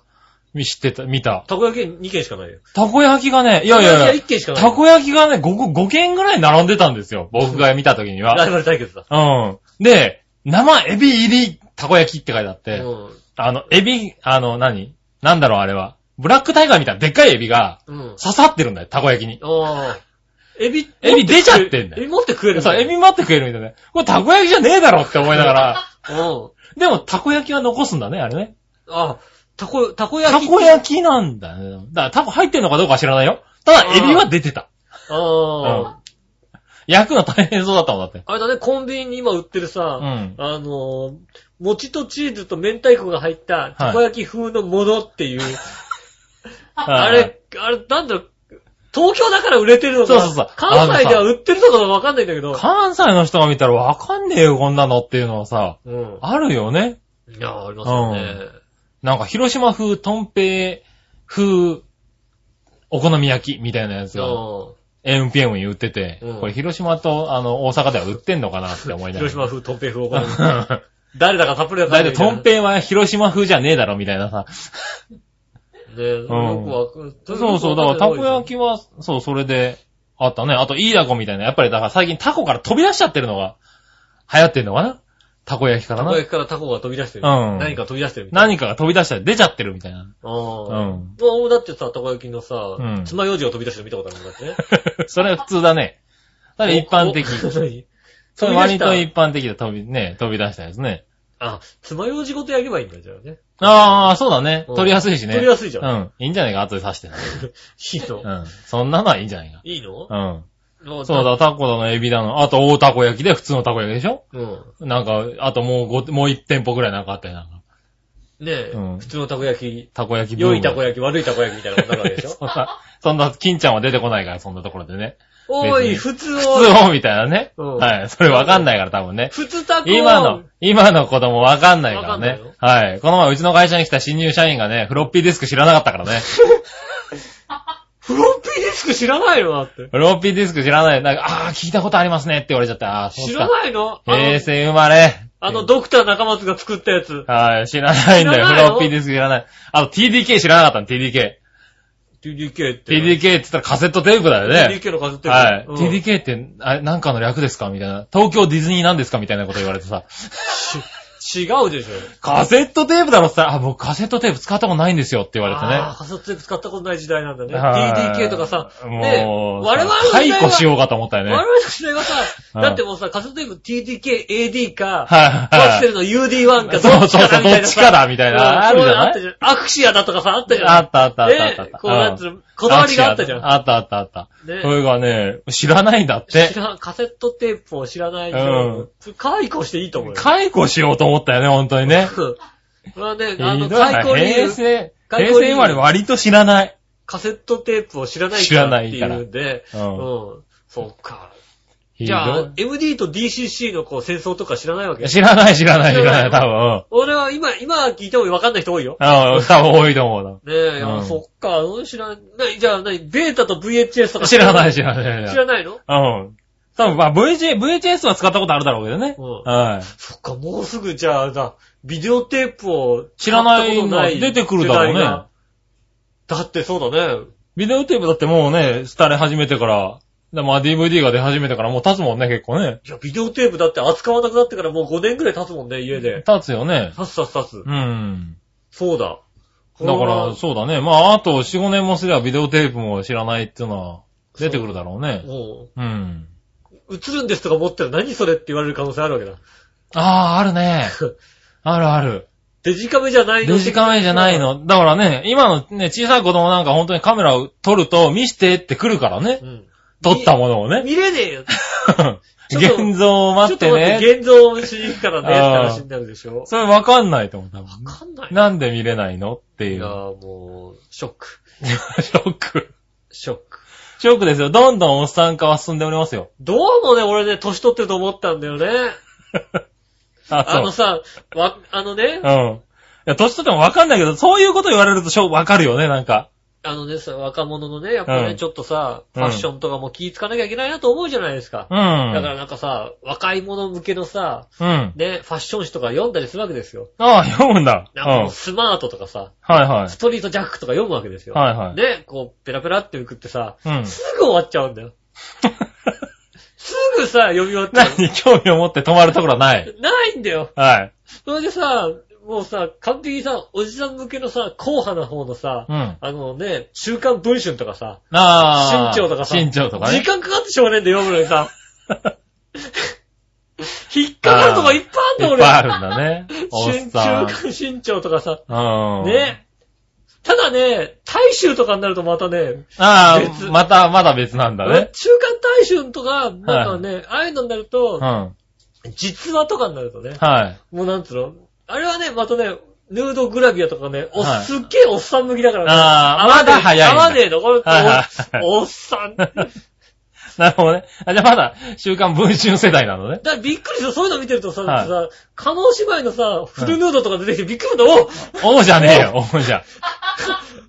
Speaker 3: 見知ってた、見た。
Speaker 2: たこ焼き2軒しかないよ。
Speaker 3: たこ焼きがね、いやいやいや、
Speaker 2: 1軒しかない。
Speaker 3: たこ焼きがね、5、5軒ぐらい並んでたんですよ。僕が見た時には。
Speaker 2: ライバル対決だ。
Speaker 3: うん。で、生エビ入りたこ焼きって書いてあって、
Speaker 2: うん。
Speaker 3: あの、エビ、あの、何なんだろうあれは。ブラックタイガーみたいなでっかいエビが
Speaker 2: うん。
Speaker 3: 刺さってるんだよ、たこ焼きに。
Speaker 2: ああ。エビ、
Speaker 3: <laughs> エビ出ちゃってんだよ
Speaker 2: エビ持って食えるん
Speaker 3: そう、
Speaker 2: だ
Speaker 3: エ
Speaker 2: よ。
Speaker 3: ビ待って食えるみたいな。これたこ焼きじゃねえだろって思いながら。
Speaker 2: うん。
Speaker 3: でも、たこ焼きは残すんだね、あれね。
Speaker 2: あ、たこ、たこ焼
Speaker 3: た
Speaker 2: き。
Speaker 3: こ焼きなんだね。だから、たこ入ってんのかどうかは知らないよ。ただ、エビは出てた。
Speaker 2: ああ。
Speaker 3: 焼くの大変そうだったもんだって。
Speaker 2: あれだね、コンビニに今売ってる
Speaker 3: う
Speaker 2: さ、
Speaker 3: ん。
Speaker 2: あのー、餅とチーズと明太子が入った、たこ焼き風のものっていう。あれ、あれ、なんだろう、東京だから売れてるのか。
Speaker 3: そうそうそう
Speaker 2: 関西では売ってるのかわかんないんだけど。
Speaker 3: 関西の人が見たらわかんねえよ、こんなのっていうのはさ、
Speaker 2: うん。
Speaker 3: あるよね。
Speaker 2: いや、ありますよね。
Speaker 3: なんか、広島風、トンペイ風、お好み焼きみたいなやつが、
Speaker 2: う
Speaker 3: MPM に売ってて、
Speaker 2: うん
Speaker 3: これ広島と、あの、大阪では売ってんのかなって思い
Speaker 2: ん。
Speaker 3: なが
Speaker 2: 広
Speaker 3: ら。
Speaker 2: 島風トンペイ風お好み。
Speaker 3: <laughs>
Speaker 2: 誰だかたっぷりだか
Speaker 3: だ
Speaker 2: ら。
Speaker 3: いたいトンペイは広島風じゃねえだろ、みたいなさ。
Speaker 2: ねよくわか
Speaker 3: そうそう、だから、たこ焼きは、そう、それで、あったね。あと、いいだこみたいな。やっぱり、だから最近タコから飛び出しちゃってるのが、流行ってんのかなたこ焼きから
Speaker 2: たこ
Speaker 3: な。
Speaker 2: 焼きからタコが飛び出してる。
Speaker 3: うん
Speaker 2: 何か飛び出してるみたい
Speaker 3: 何かが飛び出したり出ちゃってるみたいな。
Speaker 2: な。うん。
Speaker 3: う
Speaker 2: まあ
Speaker 3: ん。
Speaker 2: 俺だってさ、たこ焼きのさ
Speaker 3: うん、
Speaker 2: 爪楊枝が飛び出してるの見たことあるもんだってね。
Speaker 3: <laughs> それは普通だね。だから一般的。
Speaker 2: <laughs> おお何飛
Speaker 3: それ
Speaker 2: び出
Speaker 3: 割
Speaker 2: した
Speaker 3: と一般的で飛び、ね、飛び出したやつね。
Speaker 2: あ、爪楊枝ごと焼けばいいんだ、じゃあね。
Speaker 3: ああ、そうだね。
Speaker 2: うん
Speaker 3: 取りやすいしね。
Speaker 2: 取りやすいじゃん。
Speaker 3: うん。いいんじゃないか、後で
Speaker 2: <laughs>
Speaker 3: 刺してね。
Speaker 2: いいの
Speaker 3: うん。そんなのはいいんじゃないか。
Speaker 2: いいの
Speaker 3: う
Speaker 2: そ
Speaker 3: ん。そう。だ、タコだの、エビだの。あと、大たこ焼きで普通のたこ焼きでしょ
Speaker 2: うん。
Speaker 3: なんか、あともう5、もう1店舗ぐらいなんかあったよ、なんか。
Speaker 2: ねえ、
Speaker 3: うん
Speaker 2: 普通のたこ焼き、
Speaker 3: たこ焼きブーム
Speaker 2: 良いたこ焼き、悪いたこ焼きみたいなことになるわけ
Speaker 3: <laughs>
Speaker 2: でしょ
Speaker 3: そんな、 <laughs> そんな、金ちゃんは出てこないから、そんなところでね。
Speaker 2: おい、
Speaker 3: 別
Speaker 2: 普通
Speaker 3: 普通
Speaker 2: を、
Speaker 3: をみたいなね。
Speaker 2: うん
Speaker 3: はい。それわかんないから、多分ね。
Speaker 2: 普通たこ
Speaker 3: 今の、今の子供わかんないから
Speaker 2: わか
Speaker 3: ね
Speaker 2: んないよ。
Speaker 3: はい。この前、うちの会社に来た新入社員がね、フロッピーディスク知らなかったか
Speaker 2: <laughs>
Speaker 3: らね。
Speaker 2: フロッピーディスク知らないのだって。
Speaker 3: フロッピーディスク知らない。なんか、ああー、聞いたことありますねって言われちゃって、ああ、そうっ
Speaker 2: 知
Speaker 3: す
Speaker 2: ら
Speaker 3: か。
Speaker 2: ないのあの
Speaker 3: 平成生まれ。
Speaker 2: あのドクター中松が作ったやつ。
Speaker 3: はい、知らないんだよ。
Speaker 2: 知
Speaker 3: フ
Speaker 2: らないの
Speaker 3: ロッピーディスク知らない。あと TDK 知らなかったの、TDK。
Speaker 2: TDK って。
Speaker 3: TDK って言ったらカセットテープだよね。
Speaker 2: TDK の数ってる
Speaker 3: はい。
Speaker 2: うん
Speaker 3: TDK って、あれ、なんかの略ですかみたいな。東京ディズニーなんですかみたいなこと言われ
Speaker 2: <laughs>
Speaker 3: てさ。
Speaker 2: 違うでしょ。
Speaker 3: カセットテープだろって言ったら、あ、僕カセットテープ使ったことないんですよって言われて
Speaker 2: あー
Speaker 3: ね。
Speaker 2: カセットテープ使ったことない時代なんだね。
Speaker 3: はい
Speaker 2: TDK とかさ、ね、
Speaker 3: もう、
Speaker 2: 我々の時代
Speaker 3: 解
Speaker 2: は、
Speaker 3: 雇しようかと思ったよね。
Speaker 2: 我
Speaker 3: はい
Speaker 2: 々の時代はさ、
Speaker 3: うん
Speaker 2: だってもうさ、カセットテープ TDK、AD か、カ
Speaker 3: は
Speaker 2: プセ
Speaker 3: い
Speaker 2: ルの UD1 か、
Speaker 3: そうそう
Speaker 2: どっちか
Speaker 3: そ
Speaker 2: な
Speaker 3: う、
Speaker 2: み
Speaker 3: ど
Speaker 2: た
Speaker 3: っ
Speaker 2: いな
Speaker 3: ち
Speaker 2: さ
Speaker 3: かだみたいな。あるじゃ
Speaker 2: そううのあ
Speaker 3: な
Speaker 2: った
Speaker 3: い
Speaker 2: じゃん。アクシアだとかさ、あったじゃん。
Speaker 3: あったあったあったあったあっ
Speaker 2: ね
Speaker 3: た。
Speaker 2: こうなんつうのこだわりがあったじゃん。
Speaker 3: あったあったあった。
Speaker 2: ね
Speaker 3: それがね、知らないんだって
Speaker 2: 知。らん、カセットテープを知らない
Speaker 3: うん
Speaker 2: と、解雇していいと思うよ。
Speaker 3: 解雇しようと思ったよね、本当にね。
Speaker 2: <laughs> まあね、あ
Speaker 3: ひ
Speaker 2: の、
Speaker 3: どい
Speaker 2: 解雇理
Speaker 3: 平
Speaker 2: 由、
Speaker 3: 成、
Speaker 2: 解
Speaker 3: 平
Speaker 2: 雇理由
Speaker 3: 成生まれ割と知らない。
Speaker 2: カセットテープを知らない
Speaker 3: 知ら
Speaker 2: から
Speaker 3: な
Speaker 2: って
Speaker 3: い
Speaker 2: い
Speaker 3: から
Speaker 2: うんで、う
Speaker 3: う
Speaker 2: ん
Speaker 3: ん。。
Speaker 2: そうか。
Speaker 3: ひ
Speaker 2: じゃあ
Speaker 3: ど、
Speaker 2: MD と DCC のこう戦争とか知らないわけ
Speaker 3: い。知らない、知らない、知
Speaker 2: 知
Speaker 3: ら
Speaker 2: らない
Speaker 3: ない、多分。
Speaker 2: 俺は今、今聞いても分かんない人多いよ。
Speaker 3: うん、多分多いと思う
Speaker 2: ねえ、
Speaker 3: うん
Speaker 2: あそっか、うん知らん、なじゃあ何、ベータと VHS と
Speaker 3: な。
Speaker 2: か
Speaker 3: 知らない、知らない。
Speaker 2: 知らないの
Speaker 3: うん。多分、まあ、VG、VHS は使ったことあるだろうけどね。
Speaker 2: うん
Speaker 3: はい。
Speaker 2: そっか、もうすぐじゃあだ、ビデオテープを
Speaker 3: 知らないのは出てくるだろう
Speaker 2: 世代が
Speaker 3: ね。
Speaker 2: だってそうだね。
Speaker 3: ビデオテープだってもうね、廃れ始めてから、でまあ DVD が出始めてからもう経つもんね、結構ね。
Speaker 2: いや、ビデオテープだって扱わなくなってからもう5年くらい経つもんね、家で。
Speaker 3: 経つよね。
Speaker 2: さっさっさっす。
Speaker 3: うん。
Speaker 2: そうだ。
Speaker 3: だから、そうだね。まあ、あと4、5年もすればビデオテープも知らないっていうのは出てくるだろうね。
Speaker 2: も
Speaker 3: うん。
Speaker 2: う、映るんですとか持ったら何それって言われる可能性あるわけだ。
Speaker 3: ああ、あるね。
Speaker 2: <laughs>
Speaker 3: あるある。
Speaker 2: デジカメじゃないの
Speaker 3: デジカメじゃない。の。だからね、今のね、小さい子供なんか本当にカメラを撮ると見してって来るからね
Speaker 2: う。ん。
Speaker 3: 撮ったものをね。
Speaker 2: 見れねえよ。ちょっと
Speaker 3: 現像を待って
Speaker 2: ち
Speaker 3: ね。
Speaker 2: ょっと待って、現像をしに行くからねって話になるでしょ。わ
Speaker 3: それわかんないと思う。多分
Speaker 2: かんないな。
Speaker 3: なんで見れないのって
Speaker 2: い
Speaker 3: いう。
Speaker 2: やーもう、ショック。
Speaker 3: <laughs> ショック。
Speaker 2: ショック。
Speaker 3: ショックですよ。どんどんおっさん化は進んでおりますよ。
Speaker 2: どうもね、俺ね、年取ってると思ったんだよね。あの
Speaker 3: あ、
Speaker 2: さ、わ、あのね、
Speaker 3: そう。うん。いや、年取ってもわかんないけど、そういうこと言われるとしょ、わかるよね、なんか。
Speaker 2: あのね、さ、若者のね、やっぱ
Speaker 3: う
Speaker 2: ね、
Speaker 3: ん
Speaker 2: ちょっとさ、
Speaker 3: う
Speaker 2: ファ
Speaker 3: ん
Speaker 2: ッションとかも気ぃつかなきゃいけないなと思うじゃないですか
Speaker 3: う。
Speaker 2: だから
Speaker 3: ん。
Speaker 2: なんかさ、若い者向けのさ、
Speaker 3: うん。
Speaker 2: ね、ファッション誌とか読んだりするわけですよ。
Speaker 3: ああ、読むんだ。うん。
Speaker 2: なんかも
Speaker 3: は
Speaker 2: う
Speaker 3: い
Speaker 2: スマートとかさ、
Speaker 3: は
Speaker 2: ストリートジャックとか読むわけです
Speaker 3: い。
Speaker 2: よ。
Speaker 3: はいはい。
Speaker 2: ね、こう、ペラペラってめくってさ、
Speaker 3: うん。 <laughs>
Speaker 2: すぐ終わっちゃうんだよ。すぐさ、読み終わっちゃ
Speaker 3: <laughs>
Speaker 2: う。
Speaker 3: 何、興味を持って止まるところはない。
Speaker 2: ないんだよ。
Speaker 3: はい。
Speaker 2: それでさ、もうさ、完璧にさ、おじさん向けのさ、硬派な方のさ、
Speaker 3: うん。
Speaker 2: あのね、週刊文春とかさ、
Speaker 3: ああ。
Speaker 2: 身長とかさ
Speaker 3: 身長とか
Speaker 2: 時
Speaker 3: ね。
Speaker 2: 間かかってしょうがねえんで読むのに
Speaker 3: <laughs>
Speaker 2: さ、引っかかるとこいっぱい
Speaker 3: い
Speaker 2: あ
Speaker 3: っ
Speaker 2: ん
Speaker 3: ぱい
Speaker 2: だ
Speaker 3: あるんだ
Speaker 2: <laughs>
Speaker 3: ね。おっ
Speaker 2: 俺。週
Speaker 3: さん
Speaker 2: 刊。身長とかさ、
Speaker 3: うん。。
Speaker 2: ね。ただね、大衆とかになるとまたね、
Speaker 3: あ
Speaker 2: 別
Speaker 3: あ、また、まだ別なんだね。
Speaker 2: 中間大衆とか、なんかね、ああいうのになる
Speaker 3: う
Speaker 2: と
Speaker 3: ん。、は
Speaker 2: 実話とかになるとね、
Speaker 3: い。 <laughs>
Speaker 2: もうなんつうのあれはね、またね、ヌードグラビアとかね、お
Speaker 3: はい
Speaker 2: すっげえおっさん向きだからね。
Speaker 3: ああ、
Speaker 2: 合わ
Speaker 3: ま
Speaker 2: ねえ
Speaker 3: だ早いん
Speaker 2: 合
Speaker 3: だ。
Speaker 2: わねえの、これ
Speaker 3: はいはい
Speaker 2: おおっさん。だか
Speaker 3: なるほどね。あ、じゃあまだ、週刊文春世代なのね。
Speaker 2: らびっくりする、そういうの見てるとさ、
Speaker 3: はい
Speaker 2: さ、カノ姉妹のさ、フルヌードとか出てきてびっくりするの、お
Speaker 3: おうじゃね
Speaker 2: <laughs>
Speaker 3: えよ、おうじゃ。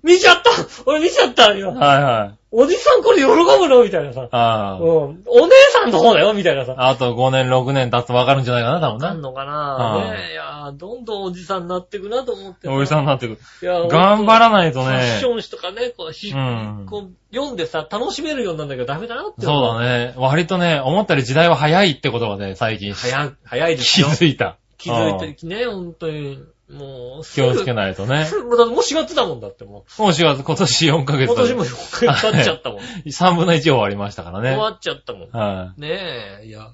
Speaker 2: 見ちゃった俺見ちゃった今
Speaker 3: はいはい。
Speaker 2: おじさんこれ喜ぶのみたいなさ。
Speaker 3: あ
Speaker 2: うん
Speaker 3: あ。。
Speaker 2: お姉さんの方だよみたいなさ。
Speaker 3: あと5年、6年経つと分かるんじゃないかな、多
Speaker 2: な
Speaker 3: 分
Speaker 2: ん
Speaker 3: な。
Speaker 2: のかな
Speaker 3: うん
Speaker 2: ねえ、いやーどんどんおじさんになってくなと思って
Speaker 3: おじさんになってくる。
Speaker 2: いや
Speaker 3: 頑張らないと
Speaker 2: ファッ
Speaker 3: ね
Speaker 2: シ。ョン誌とかね、こう、ひ
Speaker 3: うん
Speaker 2: こう読んでさ、楽しめるようになるんだけどダメだなって。
Speaker 3: そうだ
Speaker 2: ね。
Speaker 3: ね。割とね、思ったより時代は早いってことがね、最近
Speaker 2: 早い、早いです
Speaker 3: 気
Speaker 2: よ。
Speaker 3: づいた。
Speaker 2: 気づいた
Speaker 3: うん
Speaker 2: 時ね、本当に。もう、す
Speaker 3: 気
Speaker 2: ぐ
Speaker 3: をつけないとね
Speaker 2: <laughs> す。ぐもうだってもう4月だもんだっても
Speaker 3: もう4月、今年4ヶ
Speaker 2: う。
Speaker 3: 月
Speaker 2: 今年も4月経っちゃったもん。
Speaker 3: 3分の1終わりましたから
Speaker 2: 終
Speaker 3: ね。
Speaker 2: わっちゃったもん。
Speaker 3: は
Speaker 2: ねえ、いや、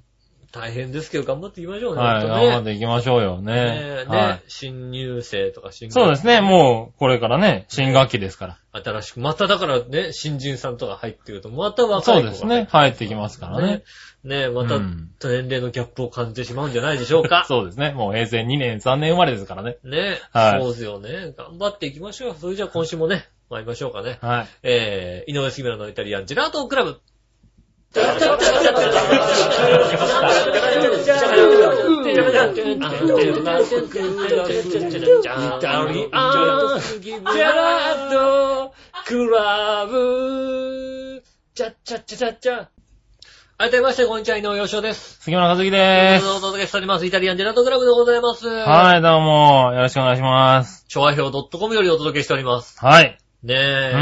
Speaker 2: 大変ですけど、頑張っていきましょうね。
Speaker 3: はい、
Speaker 2: 本当
Speaker 3: 頑
Speaker 2: ね
Speaker 3: 張っていきましょうよ
Speaker 2: ね
Speaker 3: ね。
Speaker 2: ね、
Speaker 3: はい
Speaker 2: 新入生とか新
Speaker 3: そうですね、もう、これからね、新学期ですか
Speaker 2: 新しく、まただからね、新人さんとか入ってくると、また
Speaker 3: ら。
Speaker 2: 若い
Speaker 3: そ
Speaker 2: う子が
Speaker 3: ですね、入ってきますからね。。
Speaker 2: ねまた
Speaker 3: うん
Speaker 2: 年齢のギャップを感じてしまうんじゃないでしょうか。
Speaker 3: <laughs> そうですね、もう平成2年、3年生まれですからね。
Speaker 2: ね
Speaker 3: はい
Speaker 2: そうですよね。頑張っていきましょう。それじゃあ今週もね、参りましょうかね。
Speaker 3: はい。
Speaker 2: えー、井上杉村のイタリアンジェラートクラブ。改めまして、こんにちは、井上洋翔です。
Speaker 3: 杉村和樹で
Speaker 2: お
Speaker 3: す。
Speaker 2: 届けしております、イタリアンジェラートクラブでございます。い。
Speaker 3: はい、どうも、よろしくお願いします。
Speaker 2: 調和表 .com よりお届けしております。
Speaker 3: はい。
Speaker 2: ねえ、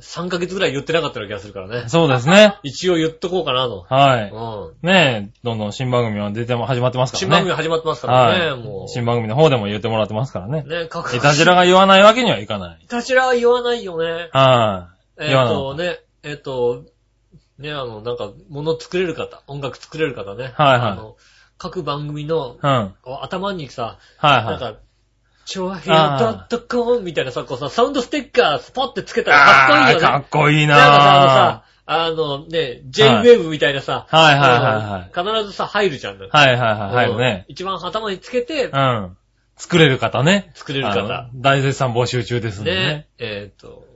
Speaker 2: 3ヶ月ぐらい言ってなかったような気がするからね。
Speaker 3: そうですね。
Speaker 2: 一応言っとこうかなと。
Speaker 3: はい。
Speaker 2: うん。
Speaker 3: ねえ、どんどん新番組は出ても始まってますからね。
Speaker 2: 新番組始まってますからね、も
Speaker 3: は
Speaker 2: う。
Speaker 3: い。新番組の方でも言ってもらってますからね。
Speaker 2: ね、各
Speaker 3: いたじらが言わないわけにはいかない。
Speaker 2: いたしらは言わないよね。
Speaker 3: は
Speaker 2: えっ、
Speaker 3: 言わない
Speaker 2: とね、えっ、と、ね、あの、なんか、物作れる方、音楽作れる方ね。
Speaker 3: はいはい
Speaker 2: あの、各番組の
Speaker 3: い。うん。はい
Speaker 2: こう頭にさ、なん
Speaker 3: はい。
Speaker 2: か、超平洋 .com みたいなさ、こうさ、サウンドステッカースポッてつけたらかっこいいよ
Speaker 3: あー
Speaker 2: ね。
Speaker 3: かっこいい
Speaker 2: なんか
Speaker 3: な
Speaker 2: さ、あのさ、あのね、J-Wave みたいなさ、
Speaker 3: ぁ。はいはいはいはい。
Speaker 2: あの必ずさ、入るじゃん。
Speaker 3: はいはいはい。入るね。
Speaker 2: 一番頭につけて
Speaker 3: う、ん。作れる方ね。
Speaker 2: 作れる
Speaker 3: あ
Speaker 2: 方。
Speaker 3: の大絶賛募集中ですんで
Speaker 2: ね
Speaker 3: ね。。
Speaker 2: えっと、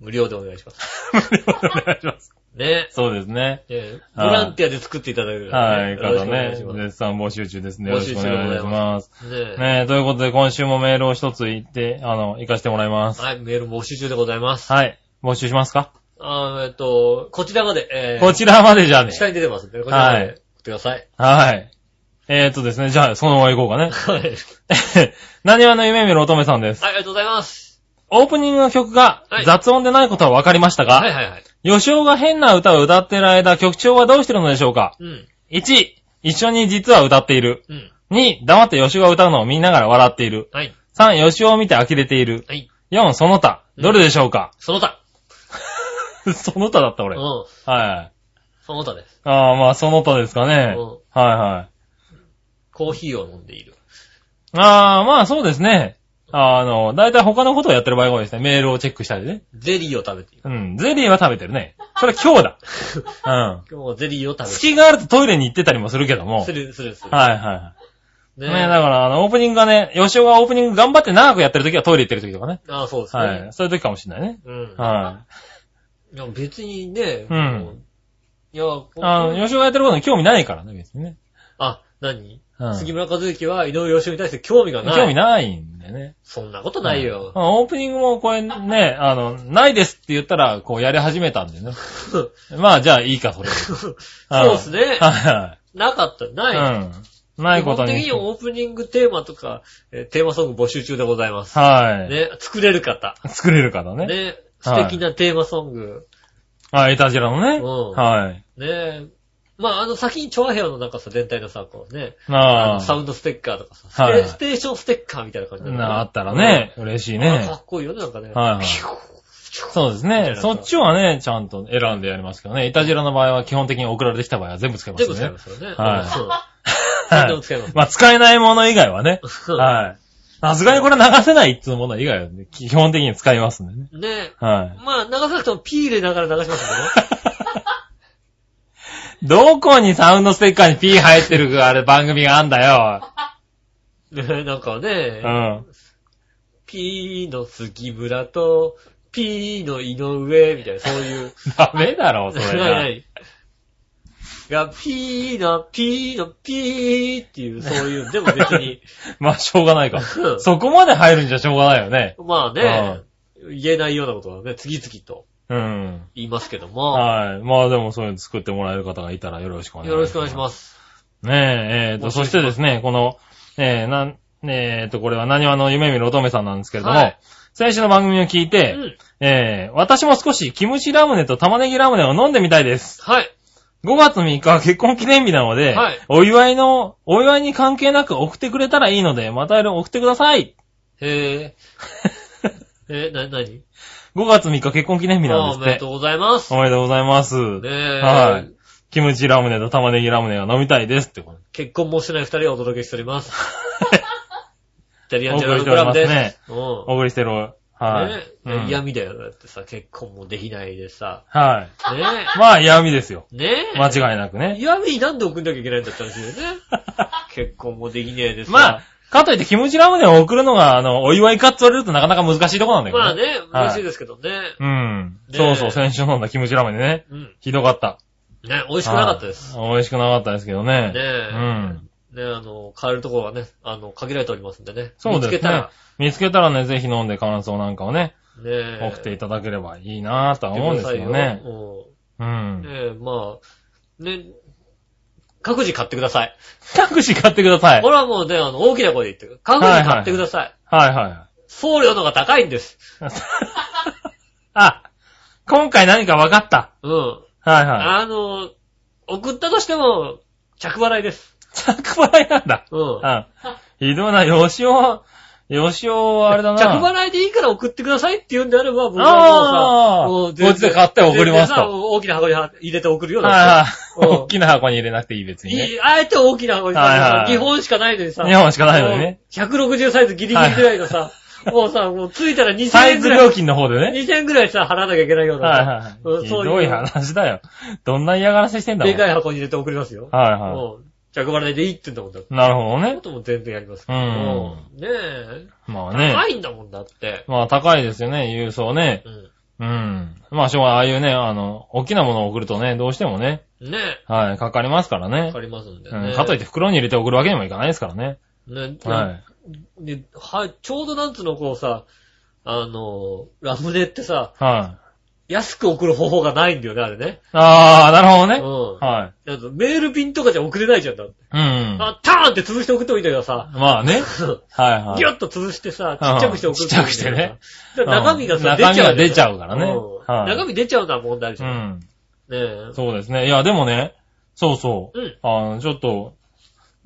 Speaker 2: 無料でお願いします。
Speaker 3: お願いします。
Speaker 2: ね。
Speaker 3: <laughs> そうですね。
Speaker 2: えーボ
Speaker 3: はい
Speaker 2: ランティアで作っていただけるから
Speaker 3: はい、
Speaker 2: よろし
Speaker 3: 方
Speaker 2: くお願
Speaker 3: ね
Speaker 2: いし。ます。
Speaker 3: 絶賛募集中ですね。よ
Speaker 2: 募
Speaker 3: ろし
Speaker 2: 集
Speaker 3: くお
Speaker 2: 中でございます
Speaker 3: 願いします。
Speaker 2: ね
Speaker 3: ねえ、ということで今週もメールを一つ言って、あの、行かせてもらいます。
Speaker 2: はい、メール募集中でございます。
Speaker 3: はい。募集しますか
Speaker 2: あーえっと、こちらまで、えー
Speaker 3: こちらまでじゃね。
Speaker 2: 下に出てますんで、こちらま
Speaker 3: はい
Speaker 2: で送ってください。
Speaker 3: はい。えーっとですね、じゃあ、そのまま行こうかね。
Speaker 2: はい。はい、
Speaker 3: <laughs> 何わの夢見る乙女さんです。
Speaker 2: ありがとうございます。
Speaker 3: オープニングの曲が
Speaker 2: はい
Speaker 3: 雑音でないことは分かりました
Speaker 2: はい
Speaker 3: が、
Speaker 2: はいはい。
Speaker 3: 吉尾が変な歌を歌っている間、曲調はどうしてるのでしょうか
Speaker 2: うん、
Speaker 3: ?1、一緒に実は歌っている。
Speaker 2: うん。
Speaker 3: 2、黙って吉尾が歌うのを見ながら笑っている。
Speaker 2: はい、
Speaker 3: 3、吉尾を見て呆れている。
Speaker 2: はい。
Speaker 3: 4、その他、どれでしょ
Speaker 2: <laughs>
Speaker 3: うか、
Speaker 2: その他。
Speaker 3: その他だった、
Speaker 2: う
Speaker 3: 俺。は
Speaker 2: ん。
Speaker 3: い。あ
Speaker 2: その他です。
Speaker 3: あ、まあ、その他ですかね。
Speaker 2: うん
Speaker 3: はいはい。
Speaker 2: コーヒーを飲んでいる。
Speaker 3: ああ、まあそうですね。あの、だいたい他のことをやってる場合が多いですね。メールをチェックしたりね。
Speaker 2: ゼリーを食べている。
Speaker 3: うん。ゼリーは食べてるね。それは今日だ。
Speaker 2: 今日はゼリーを食 <laughs> べて
Speaker 3: うん。
Speaker 2: い
Speaker 3: 隙があるとトイレに行ってたりもするけども。
Speaker 2: る。
Speaker 3: は
Speaker 2: す
Speaker 3: い
Speaker 2: る、する、する。
Speaker 3: はいはい。
Speaker 2: ね
Speaker 3: ねだから、あの、オープニングがね、吉尾がオープニング頑張って長くやってる時はトイレ行ってる時とかね。
Speaker 2: ああ、そうですね。
Speaker 3: はい。そういう時かもしれないね。
Speaker 2: うん。
Speaker 3: はい
Speaker 2: や、別にね、
Speaker 3: うん
Speaker 2: もういや、こ
Speaker 3: い。あの、吉尾がやってることに興味ないからね、別にね。
Speaker 2: あ、何
Speaker 3: うん。
Speaker 2: 杉村和之は井上義雄に対して興味がない。
Speaker 3: 興味ないんだよね。
Speaker 2: そんなことないよ。
Speaker 3: うんオープニングもこれね、あの、ないですって言ったら、こうやり始めたんだよね。
Speaker 2: そう
Speaker 3: まあ、じゃあいいか、それ
Speaker 2: <laughs>
Speaker 3: で。
Speaker 2: そうですね。
Speaker 3: は
Speaker 2: なかった、
Speaker 3: い
Speaker 2: ない。
Speaker 3: はい。うん。ないこ
Speaker 2: 基
Speaker 3: と
Speaker 2: 本的に
Speaker 3: に。
Speaker 2: オープニングテーマとか、えーテーマソング募集中でございます。
Speaker 3: はい。
Speaker 2: ね、作れる方。
Speaker 3: 作れる方ね。
Speaker 2: ね、素
Speaker 3: はい
Speaker 2: 敵なテーマソング。
Speaker 3: あ、イタジラのね。
Speaker 2: うん
Speaker 3: はい。
Speaker 2: ね、まあ、あの、先に調和平和のなんかさ、全体のさ、こうね、あ
Speaker 3: な
Speaker 2: の
Speaker 3: あ。
Speaker 2: サウンドステッカーとかさ、ス
Speaker 3: はい
Speaker 2: テステーションステッカーみたいな感じだね
Speaker 3: なあったらね、嬉しい
Speaker 2: うん
Speaker 3: ね
Speaker 2: か。っこいいよね、なんかね。
Speaker 3: はいはい
Speaker 2: ピュー
Speaker 3: そうです
Speaker 2: みたい
Speaker 3: ね。
Speaker 2: なさ
Speaker 3: そっちはね、ちゃんと選んでやりますけどね。イタジラの場合は基本的に送られてきた場合は全部使いま
Speaker 2: 全
Speaker 3: す
Speaker 2: 部
Speaker 3: ね。
Speaker 2: 使いますよね。
Speaker 3: はい
Speaker 2: うんそう。
Speaker 3: はい
Speaker 2: 全部使います。
Speaker 3: まあ、使えないもの以外はね。
Speaker 2: そう
Speaker 3: はい。さすがにこれ流せないっつうもの以外はね基本的に使いますんでね。
Speaker 2: ねえ。 <laughs>
Speaker 3: は
Speaker 2: まあ、流さなくてもピー入れながら流しますけどね。
Speaker 3: い。どこにサウンドステッカーに P 入ってるあれ番組があんだよ。
Speaker 2: ね <laughs> なんか
Speaker 3: う
Speaker 2: ね、
Speaker 3: ん。
Speaker 2: ピーの杉村と、ピーの井上みたいな、そういう。
Speaker 3: ダメだろ、そ
Speaker 2: <laughs>
Speaker 3: れ
Speaker 2: ない
Speaker 3: が
Speaker 2: な。いが、ピーの、ピーの、ピーっていう、そういう、でも別に、 <laughs>
Speaker 3: <laughs> まあ、しょうがないか
Speaker 2: う。ん
Speaker 3: そこまで入るんじゃしょうがないよね。
Speaker 2: まあね、言えないようなことはね、次々と
Speaker 3: うん。
Speaker 2: 言いますけども、
Speaker 3: はい。まあでもそういうの作ってもらえる方がいたらよろしくお願いします。
Speaker 2: よろしくお願いします。
Speaker 3: す。ねえ、えーと、そしてですね、この、えー、なん、えーと、これは何話の夢見る乙女さんなんですけれども、
Speaker 2: はい
Speaker 3: 先週の番組を聞いうて、
Speaker 2: ん。
Speaker 3: えー、私も少しキムチラムネと玉ねぎラムネを飲んでみたいです。
Speaker 2: はい。
Speaker 3: 5月3日は結婚記念日なので、
Speaker 2: はい
Speaker 3: お祝いの、お祝いに関係なく送ってくれたらいいので、また色々送ってください。
Speaker 2: へえ。え、な、なに
Speaker 3: 5月3日結婚記念日なん
Speaker 2: あ
Speaker 3: で
Speaker 2: お
Speaker 3: す
Speaker 2: め
Speaker 3: っ
Speaker 2: で
Speaker 3: て
Speaker 2: と。うございます。
Speaker 3: おめでとうございます。
Speaker 2: ねえ。
Speaker 3: はい。キムチラムネと玉ねぎラムネが飲みたいですってこと。
Speaker 2: 結婚もしてない二人をお届けしており
Speaker 3: <laughs>
Speaker 2: ます。イタリア
Speaker 3: お
Speaker 2: ンジェラート
Speaker 3: 送りして
Speaker 2: ク
Speaker 3: おり
Speaker 2: ラブ
Speaker 3: ま
Speaker 2: ですす。
Speaker 3: ね。
Speaker 2: う
Speaker 3: お送りしてる。
Speaker 2: ん。
Speaker 3: はい。
Speaker 2: ね
Speaker 3: うん
Speaker 2: 嫌味だよ。だってさ、結婚もできないでさ。
Speaker 3: はい。
Speaker 2: ね
Speaker 3: まあ、闇ですよ。
Speaker 2: え。ねえ。
Speaker 3: 間違いなくね。
Speaker 2: 嫌味になんで送んなきゃいけないんだって
Speaker 3: <laughs>
Speaker 2: 話だよね。結婚もできねえでさ。
Speaker 3: まあ、かといってキムチラムネを送るのが、あの、お祝いかって言われるとなかなか難しいとこなんだけど。
Speaker 2: まあ。ね、
Speaker 3: はい
Speaker 2: 嬉しいですけどね。
Speaker 3: うん。
Speaker 2: ね
Speaker 3: そうそう、先週飲んだキムチラムネね。
Speaker 2: うん。
Speaker 3: ひどかった。
Speaker 2: ね、美味しくなかったです。
Speaker 3: はい。美味しくなかったですけど
Speaker 2: ね
Speaker 3: ね。
Speaker 2: え。
Speaker 3: うん。
Speaker 2: ね、あの、買えるところはね、あの、限られておりますんでね。
Speaker 3: そうで
Speaker 2: 見つ
Speaker 3: すね
Speaker 2: けたら、
Speaker 3: 見つけたらね、ぜひ飲んで感想なんかをね、
Speaker 2: ね
Speaker 3: 送ってい
Speaker 2: い
Speaker 3: ただければいいなぁとは思うんですけどね。う
Speaker 2: うん。ね
Speaker 3: ん。
Speaker 2: え、まあ、ね、各自買ってください。
Speaker 3: タクシー買ってください。
Speaker 2: これはもうね、あの、大きな声で言ってる。各自買ってください。
Speaker 3: はいは
Speaker 2: 送料の方が高いんです。
Speaker 3: い。 <laughs> あ、今回何か分かった。
Speaker 2: うん。
Speaker 3: はいはい。
Speaker 2: あの、送ったとしても、着払いです。
Speaker 3: 着払いなんだ。
Speaker 2: うん。
Speaker 3: うん。ひどいな、吉尾、吉尾はあれだな。
Speaker 2: 着払いでいいから送ってくださいって言うんであれば、僕
Speaker 3: あ
Speaker 2: は
Speaker 3: あ
Speaker 2: もうさ、
Speaker 3: こっちで買って送りますと
Speaker 2: 全然さ大きな箱に入れて送るよ。だっ
Speaker 3: はいは
Speaker 2: う
Speaker 3: い。
Speaker 2: ん
Speaker 3: 大きな箱に入れなくていい別
Speaker 2: て
Speaker 3: にね。
Speaker 2: いいあえて大きな箱に
Speaker 3: はいはい
Speaker 2: さ
Speaker 3: は、い
Speaker 2: 日本しかないのにさ。
Speaker 3: 日本しかないのにね。
Speaker 2: 160サイズギリギリぐらいの
Speaker 3: <laughs>
Speaker 2: さ、もうさ、もう着いたら2000
Speaker 3: サ
Speaker 2: 円
Speaker 3: イズ
Speaker 2: ぐら
Speaker 3: 料
Speaker 2: い、
Speaker 3: 金の方でね。
Speaker 2: 2000円ぐらいさ、払わなきゃいけないような
Speaker 3: はい
Speaker 2: さ、
Speaker 3: は
Speaker 2: う
Speaker 3: い。
Speaker 2: ん
Speaker 3: ひ
Speaker 2: そういう
Speaker 3: どい話だよ。どんな嫌がらせしてんだろ
Speaker 2: で
Speaker 3: う。
Speaker 2: かい箱に入れて送りますよ。
Speaker 3: はいは
Speaker 2: もう、着払いでいいって言うんだもんだって。
Speaker 3: い。なるほどね。
Speaker 2: ことも全然やりますけ
Speaker 3: う
Speaker 2: ど。う
Speaker 3: ん。
Speaker 2: んねえ。
Speaker 3: まあ
Speaker 2: 高
Speaker 3: ね。
Speaker 2: いんだもんだって。
Speaker 3: まあ高いですよね、郵送ね。
Speaker 2: う
Speaker 3: うん。まあしょうがない。ああいうね、あの、大きなものを送るとね、どうしてもね、
Speaker 2: ん。ねえ。
Speaker 3: はい、かかりますからね
Speaker 2: わか。りますんで
Speaker 3: う
Speaker 2: ね。
Speaker 3: ん。かといって袋に入れて送るわけにもいかないですからね。
Speaker 2: ね、
Speaker 3: は
Speaker 2: で、は、ちょうどなんつうの、こうさ、あの、ラムネってさ、
Speaker 3: い。はい。
Speaker 2: 安く送る方法がないんだよね、あれね。
Speaker 3: ああ、なるほどね。
Speaker 2: うん。
Speaker 3: はい。
Speaker 2: あとメール便とかじゃ送れないじゃんだって。
Speaker 3: うん。
Speaker 2: あ、ターンって潰して送っておいたけどさ、
Speaker 3: まあ <laughs> ね。はいはい。
Speaker 2: ギュッと潰してさ、ちっちゃくして送っておいたけどさ
Speaker 3: ちっちゃくしてね。
Speaker 2: だから中身がさ、
Speaker 3: うん中身が出ちゃうからね
Speaker 2: うん
Speaker 3: はい
Speaker 2: 中身出ちゃうのは問題じ
Speaker 3: う
Speaker 2: ゃん。ね
Speaker 3: ん。
Speaker 2: え。
Speaker 3: そうですね。いや、でもね、そうそう。
Speaker 2: うん。
Speaker 3: あの、ちょっと、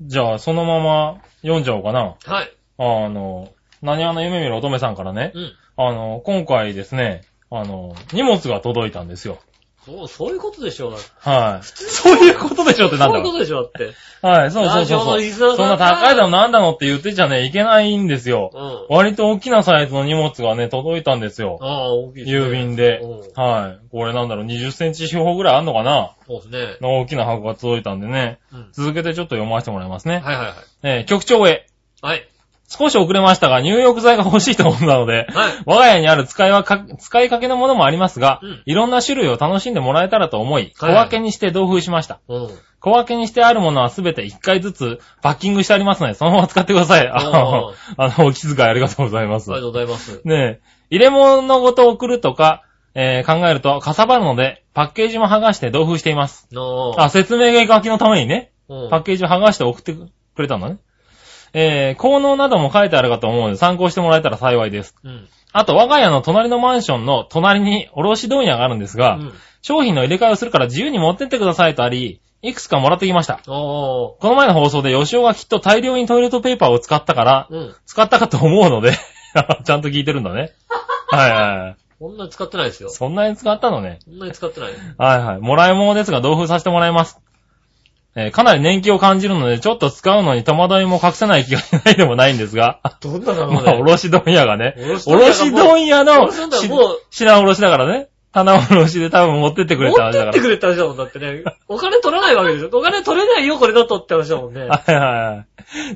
Speaker 3: じゃあ、そのまま読んじゃおうかな。
Speaker 2: はい。
Speaker 3: あの、何あの夢見る乙女さんからね、
Speaker 2: うん。
Speaker 3: あの、今回ですね、あの、荷物が届いたんですよ。
Speaker 2: そう、そういうことでしょう。
Speaker 3: <laughs> はい。そういうことでしょってなん
Speaker 2: そういう
Speaker 3: だろ
Speaker 2: こ
Speaker 3: う。
Speaker 2: とでしょ、だって。
Speaker 3: はい、そうそう
Speaker 2: ラジオ
Speaker 3: そ
Speaker 2: の
Speaker 3: う
Speaker 2: リスナ
Speaker 3: そ
Speaker 2: ーさ
Speaker 3: う。そ
Speaker 2: ん
Speaker 3: ん
Speaker 2: が
Speaker 3: な高いだのなんだのって言ってちゃね、いけないんですよ
Speaker 2: う。ん。
Speaker 3: 割と大きなサイズの荷物がね、届いたんですよ。
Speaker 2: ああ、大きいですね
Speaker 3: 郵便で
Speaker 2: うん。
Speaker 3: はい。これなんだろう、20センチ四方ぐらいあんのかな
Speaker 2: そうですね。
Speaker 3: の大きな箱が届いたんでね。
Speaker 2: うん。
Speaker 3: 続けてちょっと読ませてもらいますね。
Speaker 2: はいはいはい。
Speaker 3: えー局長へ。
Speaker 2: はい。
Speaker 3: 少し遅れましたが、入浴剤が欲しいと思うので、 <laughs>
Speaker 2: はい。
Speaker 3: 我が家にある使いはか、使いかけのものもありますが、
Speaker 2: うん
Speaker 3: いろんな種類を楽しんでもらえたらと思い、小
Speaker 2: はいはい
Speaker 3: 分けにして同封しました。
Speaker 2: うん。
Speaker 3: 小分けにしてあるものはすべて1回ずつパッキングしてありますので、そのまま使ってください。あ
Speaker 2: お
Speaker 3: の
Speaker 2: ー、
Speaker 3: あのお気遣いありがとうございます
Speaker 2: ありが。とうございます。
Speaker 3: ねえ、入れ物ごと送るとか、えー考えるとかさばるので、パッケージも剥がして同封しています。
Speaker 2: の
Speaker 3: あ、説明書きのためにね、
Speaker 2: うん。
Speaker 3: パッケージを剥がして送ってくれたのね。えー、効能なども書いてあるかと思うので参考してもらえたら幸いです。
Speaker 2: うん。
Speaker 3: あと、我が家の隣のマンションの隣に卸問屋があるんです
Speaker 2: う
Speaker 3: が、
Speaker 2: ん。
Speaker 3: 商品の入れ替えをするから自由に持ってってくださいとあり、いくつかもらってきました。
Speaker 2: お
Speaker 3: この前の放送で吉尾がきっと大量にトイレットペーパーを使ったから
Speaker 2: ー。、うん。
Speaker 3: 使ったかと思うので、 <laughs> ちゃんと聞いてるんだね。はいはい。
Speaker 2: こんなに使ってないですよ。
Speaker 3: そんなに使ったのね。
Speaker 2: そんなに使ってない。
Speaker 3: はいはい。もらい物ですが、同封させてもらいます。えーかなり年季を感じるので、ちょっと使うのに戸惑いも隠せない気がしないでもないんですが、
Speaker 2: どんなの
Speaker 3: <laughs> まあ、卸問屋がね、
Speaker 2: 卸
Speaker 3: 卸問屋の
Speaker 2: 卸問
Speaker 3: し
Speaker 2: 屋もう
Speaker 3: 品卸だからね、棚卸で多分持ってってくれ
Speaker 2: 持
Speaker 3: た
Speaker 2: っ
Speaker 3: 話だ
Speaker 2: て
Speaker 3: か
Speaker 2: って
Speaker 3: ら。
Speaker 2: くれた話だもん、だってね。お金取らないわけでしょ。お金取れないよ、これだとって話だもんね。
Speaker 3: はいはいは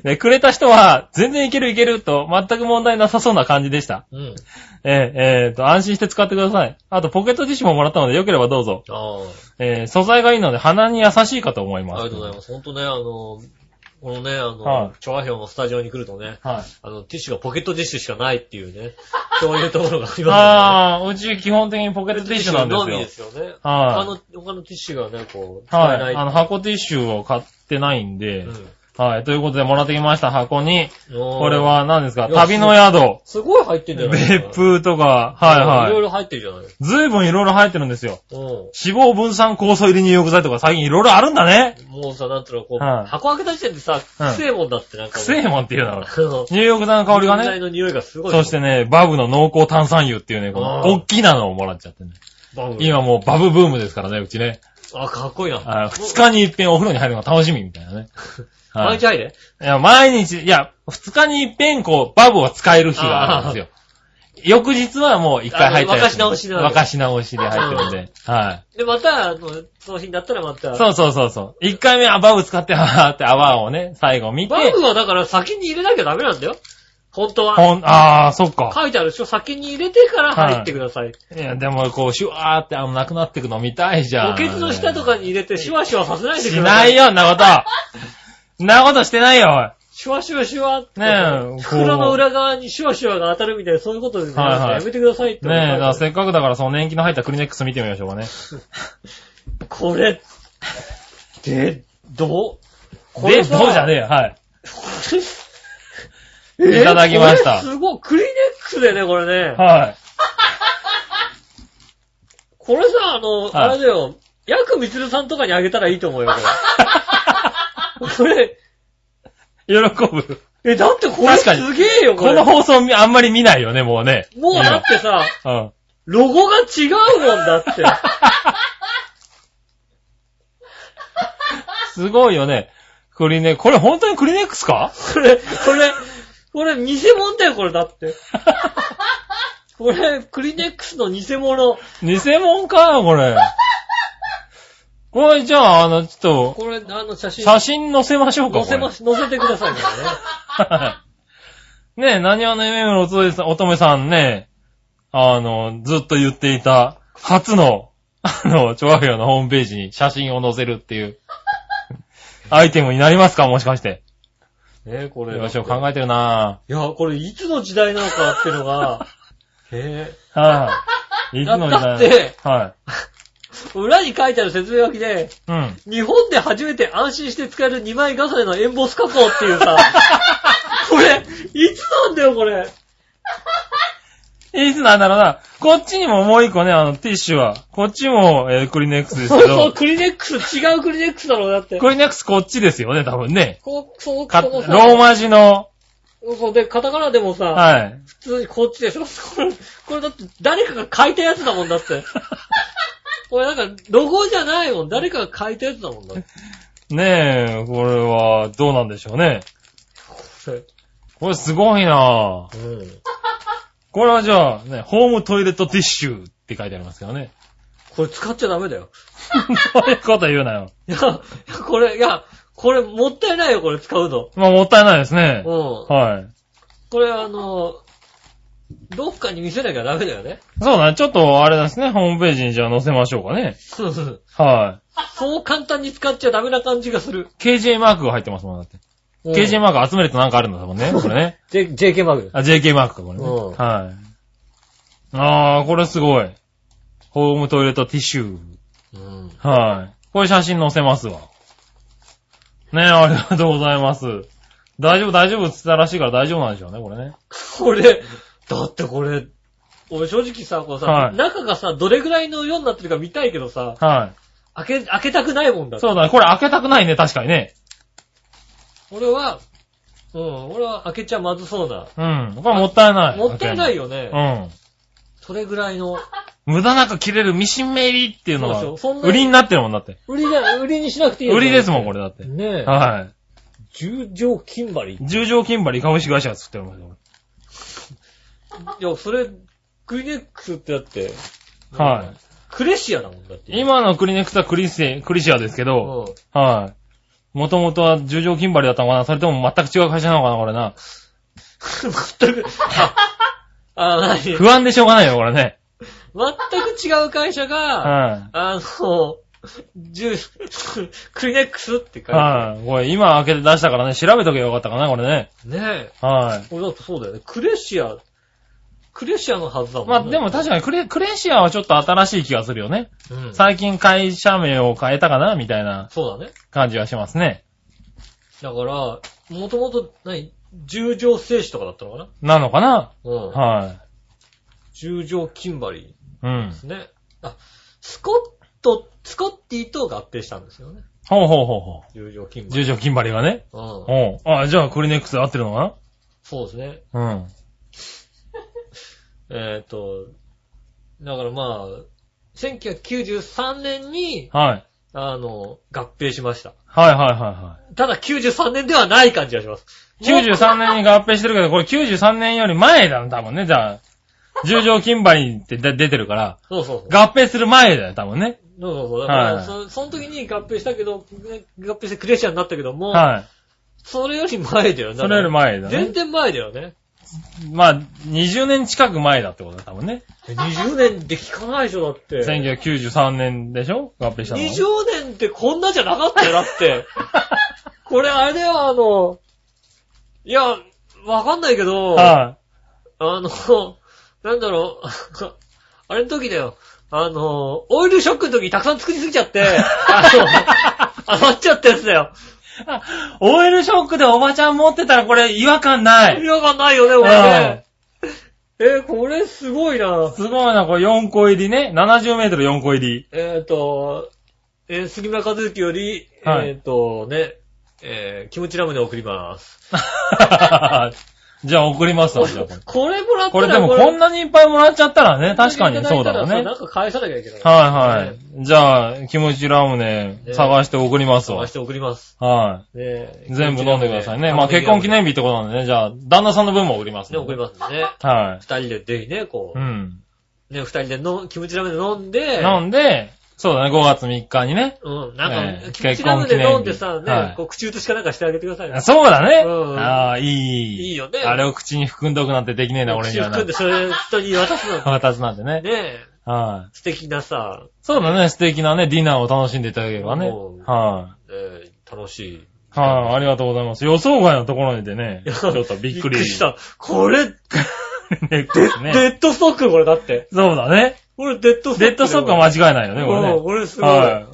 Speaker 3: い。で、くれた人は、全然いけるいけると、全く問題なさそうな感じでした。
Speaker 2: うん。
Speaker 3: えーえーと、安心して使ってください。あと、ポケットティッシュももらったので、よければどうぞ。
Speaker 2: あ
Speaker 3: えー素材がいいので、鼻に優しいかと思い
Speaker 2: あ。
Speaker 3: ま
Speaker 2: あ
Speaker 3: す。
Speaker 2: りがとうございます。ほんとね、あの、このね、あ
Speaker 3: は
Speaker 2: の
Speaker 3: い、
Speaker 2: チョアヘオのスタジオに来るとね、
Speaker 3: はい。
Speaker 2: あの、ティッシュがポケットティッシュしかないっていう
Speaker 3: <laughs>
Speaker 2: ね、そういうところがありますよね。
Speaker 3: ああ、うち基本的にポケットティッシュなんで
Speaker 2: のみですすよね。
Speaker 3: よ。
Speaker 2: 他
Speaker 3: はい。
Speaker 2: の、他のティッシュがね、こう、使えな
Speaker 3: はい。
Speaker 2: い。
Speaker 3: あの、箱ティッシュを買ってないんで、はい。ということで、もらってきました箱に、こ
Speaker 2: こ
Speaker 3: れは何ですか
Speaker 2: いや
Speaker 3: 旅の宿、
Speaker 2: すごい入ってんじゃないですか
Speaker 3: 別府とか、は
Speaker 2: ろい
Speaker 3: いいはい。
Speaker 2: ろ入ってるじゃないです
Speaker 3: ずいぶんいろいろ入ってるんですよ。
Speaker 2: か。うん。
Speaker 3: 脂肪分散酵素入り入浴剤とか最近いろいろあるんだね。
Speaker 2: もうさ、なんつうの、こう、
Speaker 3: はい
Speaker 2: 箱開けた時点でさ、
Speaker 3: うん
Speaker 2: くせえもんだってなんか。
Speaker 3: くせえもんっていうだろ。
Speaker 2: の、
Speaker 3: 入浴剤の香りが
Speaker 2: 洗剤
Speaker 3: ね。
Speaker 2: の匂いがすごい。
Speaker 3: そして
Speaker 2: ね、
Speaker 3: ね、バブの濃厚炭酸油っていうね、この、
Speaker 2: うん
Speaker 3: 大きなのをもらっちゃってね。
Speaker 2: バブ。
Speaker 3: 今もうバブブームですからね、うちね。
Speaker 2: あ、かっこいいな。
Speaker 3: あ二日に一遍お風呂に入るのが楽しみみたいなね。は
Speaker 2: <laughs> 毎
Speaker 3: い。い
Speaker 2: 日入れ
Speaker 3: や、毎日、いや、二日に一遍こう、バブを使える日があるんで
Speaker 2: <laughs>
Speaker 3: すよ。翌日はもう一回入ったやつ
Speaker 2: あの沸かし直しな
Speaker 3: 沸かし直しで入ってるんで。はい。
Speaker 2: で、また、あのその日になったらまた。
Speaker 3: そうそうそうそう。一回目はバブ使って、あーって泡をね、最後見て。
Speaker 2: バブはだから先に入れなきゃダメなんだよ。本当は。
Speaker 3: ほん、ああ、そっか。
Speaker 2: 書いてあるでしょ先に入れてから入ってください。
Speaker 3: いや、でもこう、シュワーって、あの、なくなってくの見たいじゃん。
Speaker 2: おケツの下とかに入れて、シュワシュワさせないでく
Speaker 3: し
Speaker 2: だ
Speaker 3: な
Speaker 2: さい。
Speaker 3: いよ、ん
Speaker 2: <laughs>
Speaker 3: なこと。んなことしてないよ、おい。
Speaker 2: シュワシュワシュワって。
Speaker 3: ねえ
Speaker 2: 袋の裏側にシュワシュワが当たるみたいな、そういうことですね。
Speaker 3: はいはい
Speaker 2: やめてくださいって。
Speaker 3: ねえ、だからせっかくだからその年季の入ったクリネックス見てみましょうかね。
Speaker 2: これ、で、どうこ
Speaker 3: で、
Speaker 2: れさ
Speaker 3: どうじゃねえよ、はい。
Speaker 2: え
Speaker 3: いただきました
Speaker 2: これすごい。クリネックスでね、これね。
Speaker 3: はい。
Speaker 2: これさ、あの、
Speaker 3: はい
Speaker 2: あれだよ。ヤクミツルさんとかにあげたらいいと思うよ、これ。これ、
Speaker 3: 喜ぶ。
Speaker 2: え、だってこれ
Speaker 3: 確
Speaker 2: す
Speaker 3: かに
Speaker 2: げえよ、こ
Speaker 3: こ
Speaker 2: れ。
Speaker 3: の放送みあんまり見ないよね、もうね。
Speaker 2: もうだってさ、
Speaker 3: うん。
Speaker 2: ロゴが違うもんだって。
Speaker 3: すごいよね。クリネこれ本当にクリネックスか
Speaker 2: これ、これ、これ偽物だよ、これだって。これ、クリネックスの偽物。
Speaker 3: 偽物か、こ
Speaker 2: <laughs>
Speaker 3: れ。これじゃあ、あの、ちょっと、
Speaker 2: これ、あの写真。
Speaker 3: 写真載せましょうか、
Speaker 2: 載
Speaker 3: これ
Speaker 2: せ。まし、載せてくださいね。
Speaker 3: <laughs> ねえ、何話の夢の乙女さんね、あの、ずっと言っていた、初の、あの、調和表のホームページに写真を載せるっていう、アイテムになりますかもしかして。
Speaker 2: ねこれ。
Speaker 3: よし、考えてるない
Speaker 2: や、これ、いつの時代なのかっていうのが、へ
Speaker 3: ぁ。はい。いつの時代
Speaker 2: だって
Speaker 3: は
Speaker 2: え。裏に書いてある説明書きで、
Speaker 3: い。うん。
Speaker 2: 日本で初めて安心して使える2枚重ねのエンボス加工っていうさ、これ、いつなんだよ、これ。
Speaker 3: いつなんだろうな。こっちにももう一個ね、あの、ティッシュは。こっちも、えークリネックスです
Speaker 2: そう
Speaker 3: け
Speaker 2: そう、
Speaker 3: ど、
Speaker 2: クリネックス、違うクリネックスだろう、だって。
Speaker 3: クリネックスこっちですよね、多分ね。
Speaker 2: こう、そう、
Speaker 3: か
Speaker 2: そ
Speaker 3: ロ
Speaker 2: こさ
Speaker 3: ーマ字の、
Speaker 2: そうで、カタカナでもさ、
Speaker 3: はい。
Speaker 2: 普通にこっちでしょこれ、これだって誰かが書いたやつだもんだ
Speaker 3: <laughs>
Speaker 2: って。これなんか、ロゴじゃないもん。誰かが書いたやつだもんだって。
Speaker 3: ねえ、これは、どうなんでしょうね。これすごいなぁ。
Speaker 2: うん
Speaker 3: これはじゃあ、ね、ホームトイレットティッシュって書いてありますけど <laughs> ね。
Speaker 2: これ使っちゃダメだよ。
Speaker 3: そういうこと言うなよ。
Speaker 2: いや、いやこれ、いや、これもったいないよ、これ使うの。
Speaker 3: まあ、もったいないですね。
Speaker 2: うん。
Speaker 3: はい。
Speaker 2: これあの、どっかに見せなきゃダメだよね。 <laughs>
Speaker 3: そうだね。ちょっと、あれですね。ホームページにじゃあ載せましょうかね。
Speaker 2: そう
Speaker 3: は
Speaker 2: 簡単に使っちゃダメな感じがする。
Speaker 3: い。KJ マークが入ってますもん、だって。KJ マーク集めるとなんかあるんだもん <laughs> ね。これね。
Speaker 2: J- JK マグ。
Speaker 3: あ、JK マークか、これね。
Speaker 2: うん
Speaker 3: はい。あー、これすごい。ホームトイレットティッシュ。
Speaker 2: うん。
Speaker 3: はい。これ写真載せますわ。ねえ、ありがとうございます。大丈夫、大丈夫って言ったらしいから大丈夫なんでしょうね、これね。
Speaker 2: これ、だってこれ、俺正直さ、こうさ、
Speaker 3: はい
Speaker 2: 中がさ、どれぐらいの量になってるか見たいけどさ、
Speaker 3: は
Speaker 2: 開け、開けたくないもんだ
Speaker 3: い。そうだね、これ開けたくないね、確かにね。
Speaker 2: 俺は、うん、俺は開けちゃまずそうな。
Speaker 3: うん。これもったいない。
Speaker 2: もったいないよ
Speaker 3: よ。
Speaker 2: ね。
Speaker 3: うん。
Speaker 2: それぐらいの。
Speaker 3: 無駄なく切れるミシンメリっていうの
Speaker 2: そう
Speaker 3: は
Speaker 2: でしょそんな、に
Speaker 3: 売りになってるもんだって。
Speaker 2: 売りだ、売りにしなくていいよ
Speaker 3: 売りですもん、これだって。
Speaker 2: ねえ。
Speaker 3: は
Speaker 2: 十条金張り
Speaker 3: い。。十条金張り株式会社作ってるもんね。
Speaker 2: いや、それ、クリネックスってだって、
Speaker 3: は
Speaker 2: クレシアだもんだって。
Speaker 3: い。今のクリネックスはクリシクリシアですけ
Speaker 2: う
Speaker 3: ど、
Speaker 2: ん。 <laughs>
Speaker 3: はい。もともとは十条金張りだったのかなそれとも全く違う会社なのかなこれな。
Speaker 2: 全く、あ、あ、何 <laughs>
Speaker 3: 不安でしょうがないよ、これね。
Speaker 2: 全く違う会社が、
Speaker 3: は
Speaker 2: あの、ジュクリネックスって書い
Speaker 3: い。
Speaker 2: てあ
Speaker 3: はい。これ今開けて出したからね、調べとけばよかったかな、これね。
Speaker 2: る。ねえ。
Speaker 3: は
Speaker 2: 俺だってそうだよね。クレシア、クレシアのはずだも
Speaker 3: い。
Speaker 2: ん
Speaker 3: まあでも確かにクレ、クレシアはちょっと新しい気がするよね。
Speaker 2: うん、
Speaker 3: 最近会社名を変えたかなみたいな
Speaker 2: そうだね。
Speaker 3: 感じはしますね。
Speaker 2: だから、もともと、何十条製紙とかだったのかな
Speaker 3: なのかな
Speaker 2: うん。
Speaker 3: は
Speaker 2: 十条キンバリ
Speaker 3: い。うん
Speaker 2: で。すね。あ、スコット、スコッティと合併したんですよね。
Speaker 3: ほうほうほうほ
Speaker 2: 十条キン
Speaker 3: う。
Speaker 2: バリ。
Speaker 3: 十条金張りがね。
Speaker 2: うん。
Speaker 3: おうあ、じゃあクリネックス合ってるのか
Speaker 2: そうですね。
Speaker 3: なうん。
Speaker 2: えっ、と、だからまあ、1993年に
Speaker 3: はい。
Speaker 2: あの、合併しました。
Speaker 3: はいはいはいは
Speaker 2: ただ93年ではない感じがします。
Speaker 3: い。93年に合併してるけど、これ93年より前だよ、多分ね、じゃあ。十条金梅ってで出てるから、
Speaker 2: そうそうそう。
Speaker 3: 合併する前だよ、多分ね。
Speaker 2: そうそうそう。だから、
Speaker 3: はい
Speaker 2: そその時に合併したけど、ね合併してクレシアになったけども、
Speaker 3: は
Speaker 2: それより前だよ
Speaker 3: い。
Speaker 2: ね。
Speaker 3: それより前だね
Speaker 2: 全。然前だよね。
Speaker 3: まあ、20年近く前だってことだ、多分ね。
Speaker 2: 20年で聞かないでしょ、だって。
Speaker 3: 1993年でしょ合併したの。
Speaker 2: 20年ってこんなじゃなかったよ、だ
Speaker 3: <laughs>
Speaker 2: って。これあれだよ、あの、いや、わかんないけど、あ
Speaker 3: は
Speaker 2: の、なんだろう、 <laughs> あれの時だよ。あの、オイルショックの時にたくさん作りすぎちゃって、あの、
Speaker 3: <laughs>
Speaker 2: 余っちゃったやつだよ。
Speaker 3: い。オイルショックでおばちゃん持ってたらこれ違和感ない。
Speaker 2: 意味がないよね、俺ね。え、これすごいな。
Speaker 3: すごいな、これ4個入りね。70メートル4個入り。 <laughs>
Speaker 2: えっ、と、えー杉村和之より、
Speaker 3: はい
Speaker 2: えっ、と、ね、えー、キムチラムネ送ります。
Speaker 3: じゃあ送りますわ、じゃあこれ。
Speaker 2: これもらったら
Speaker 3: これでもこんなにいっぱいもらっちゃったらね、確かにそうだろうね。
Speaker 2: なんか返さなきゃいけない。
Speaker 3: はいは
Speaker 2: ね
Speaker 3: い。じゃあ、キムチラムネ
Speaker 2: ね
Speaker 3: 探して送りますわ
Speaker 2: 探し。て送ります。
Speaker 3: は
Speaker 2: ね
Speaker 3: い。全部飲んでくださいね。まあ結婚記念日ってことなんでね、じゃあ、旦那さんの分も送ります
Speaker 2: ね、
Speaker 3: の
Speaker 2: 送
Speaker 3: で。
Speaker 2: りますんでね。
Speaker 3: は
Speaker 2: 二人でぜひね、こ
Speaker 3: い。うん。
Speaker 2: う、ね、二人での、キムチラムネ飲んで、
Speaker 3: なんで、そうだね、5月3日にね。
Speaker 2: うん、なん
Speaker 3: え
Speaker 2: か、
Speaker 3: ー
Speaker 2: キムチラムネ飲んでさ、
Speaker 3: 結婚記念日
Speaker 2: ね、こう、口移しかなんかしてあげてくださいね。
Speaker 3: そうだね。
Speaker 2: うん
Speaker 3: ああ、いい。
Speaker 2: いいよね
Speaker 3: あれを口に含んどくなんてできねえな、俺に
Speaker 2: 口
Speaker 3: は
Speaker 2: 含んで、。
Speaker 3: な
Speaker 2: それ、人に渡すの。ね
Speaker 3: 私なんてね。 <laughs>
Speaker 2: え、
Speaker 3: はい。
Speaker 2: 素敵なさ、
Speaker 3: そうだね、素敵なね、ディナーを楽しんでいただければね
Speaker 2: うん。
Speaker 3: はい。
Speaker 2: えー楽しい。
Speaker 3: はい、ありがとうございます。予想外のところにで <laughs> ね、ちょっとびっくり。
Speaker 2: した。これ、
Speaker 3: <laughs> ネックですね。
Speaker 2: デッドストックこれだって。
Speaker 3: そうだね。
Speaker 2: これデッドストックだよ。
Speaker 3: デッドストックは間違いないよね、これ
Speaker 2: うん
Speaker 3: ね。
Speaker 2: これすごい。
Speaker 3: はい。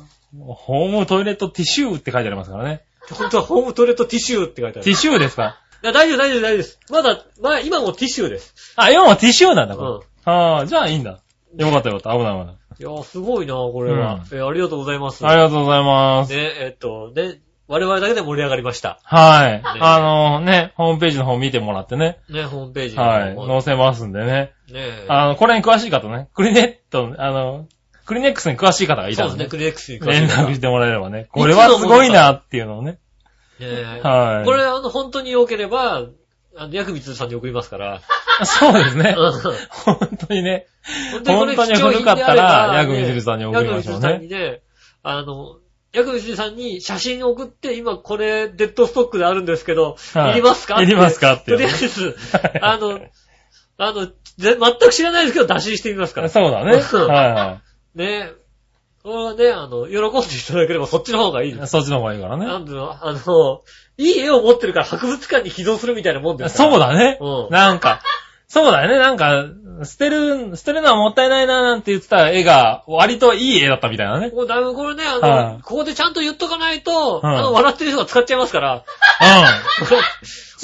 Speaker 3: ホームトイレットティッシューって書いてありますからね。
Speaker 2: 本当はホームトイレットティッシュって書いてあ
Speaker 3: ティ
Speaker 2: る。
Speaker 3: ッシューですか
Speaker 2: いや、大丈夫、大丈夫、大丈夫です。まだ、まあ、今もティッシュです。
Speaker 3: あ、今もティッシューなん
Speaker 2: う
Speaker 3: だ、
Speaker 2: ん。い
Speaker 3: これ。ああ、じゃあいいんだ。よかったよかった。危ない危ない。
Speaker 2: や、すごいな、これは。え、ありがとうございます。
Speaker 3: ありがとうございます。
Speaker 2: ね、えっと、ね、我々だけで盛り上がりました。
Speaker 3: はい。あのね、ホームページの方見てもらってね。
Speaker 2: ね、ホームページに。
Speaker 3: はい。
Speaker 2: も
Speaker 3: 載せますんでね。
Speaker 2: うね
Speaker 3: あの、これに詳しい方ね。クリネット、あの、クリネックスに詳しい方がいた
Speaker 2: そうで
Speaker 3: ら
Speaker 2: すね、クリエックスに詳し
Speaker 3: 連
Speaker 2: い方
Speaker 3: 絡してもらえればね。これはすごいなっていうのをね。
Speaker 2: ね
Speaker 3: はい
Speaker 2: これ、あの、本当に良ければ、あの、薬物さんに送りますから。
Speaker 3: <laughs> そうで
Speaker 2: <laughs>
Speaker 3: すね。
Speaker 2: うん
Speaker 3: 本当にね。
Speaker 2: 本
Speaker 3: 本当に古かったら、ヤグミズル
Speaker 2: ん
Speaker 3: さんに
Speaker 2: に
Speaker 3: 送りましょ
Speaker 2: ヤグミズル
Speaker 3: う
Speaker 2: さん
Speaker 3: ね。
Speaker 2: にね、あの、ヤグミズルさんに写真送って、今これデッドストックであるんですけど、
Speaker 3: はい
Speaker 2: いりますか
Speaker 3: いりますかって
Speaker 2: とりあえ
Speaker 3: <laughs>
Speaker 2: ず、あの、あの、ぜ全く知らないですけど、打診してみますから。
Speaker 3: そうだね。
Speaker 2: そう
Speaker 3: は
Speaker 2: ね。これはね、あの、喜んでいただければそっちの方がいい
Speaker 3: い
Speaker 2: で
Speaker 3: はい。
Speaker 2: す。
Speaker 3: そっちの方がいいから
Speaker 2: な
Speaker 3: ね。
Speaker 2: んだろう、あの、いい絵を持ってるから博物館に寄贈するみたいなもんですから。
Speaker 3: そうだね。
Speaker 2: うん
Speaker 3: なんか、そうだよね。なんか、捨てる、捨てるのはもったいないななんて言ってた絵が、割といい絵だったみたいなね。
Speaker 2: もうだいぶこれね、あの、
Speaker 3: はい
Speaker 2: ここでちゃんと言っとかないと、
Speaker 3: はい
Speaker 2: あの、笑ってる人が使っちゃいます
Speaker 3: <laughs>
Speaker 2: から。
Speaker 3: う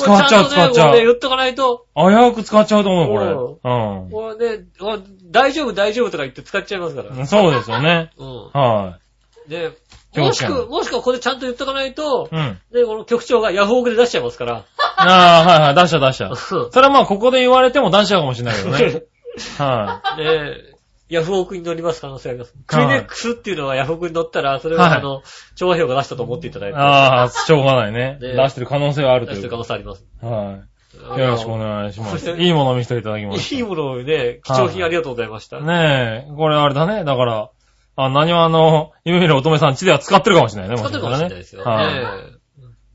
Speaker 2: これちゃんとね
Speaker 3: 使っちゃう使っちゃう
Speaker 2: これね言っとかないと、
Speaker 3: ん。危うく使っちゃうと思うよ、こ
Speaker 2: これね、これ大丈夫大丈夫とか言って使っちゃいますから。
Speaker 3: れ。うん。そうですよね。
Speaker 2: う
Speaker 3: は
Speaker 2: ん。で、
Speaker 3: 気
Speaker 2: も
Speaker 3: 持ち
Speaker 2: し
Speaker 3: が
Speaker 2: く、もしくはここでちゃんと言っとかないと
Speaker 3: い。う、ん。
Speaker 2: ね、この局長がヤフオクで出しちゃいますから。
Speaker 3: ああ、はいはい。出しちゃう出しちゃう。
Speaker 2: う
Speaker 3: それはまあ、ここで言われても出しちゃうかもしれないけ
Speaker 2: <laughs>
Speaker 3: どね。は
Speaker 2: んねヤフオクに乗ります可能性あります。クリネックスっていうのはヤフオクに乗ったら、それはあの、調和票が出したと思っていただい
Speaker 3: い。
Speaker 2: て、
Speaker 3: ああ、しょうがないね。
Speaker 2: ね
Speaker 3: 出してる可能性はあると
Speaker 2: 出し
Speaker 3: い
Speaker 2: てる
Speaker 3: う
Speaker 2: 可能性あります。
Speaker 3: はい。よろしくお願いし
Speaker 2: <laughs>
Speaker 3: ます。
Speaker 2: これ
Speaker 3: いいもの見せていただきまし
Speaker 2: いいものをね、貴重品ありがとうございました
Speaker 3: た。。ねえ、これあれだね。だから、あ、何はあの、夢見る乙女さん家では使ってるかもしれないね。
Speaker 2: 使ってるかもしれないですよ。
Speaker 3: もしかしたらねはい。
Speaker 2: ね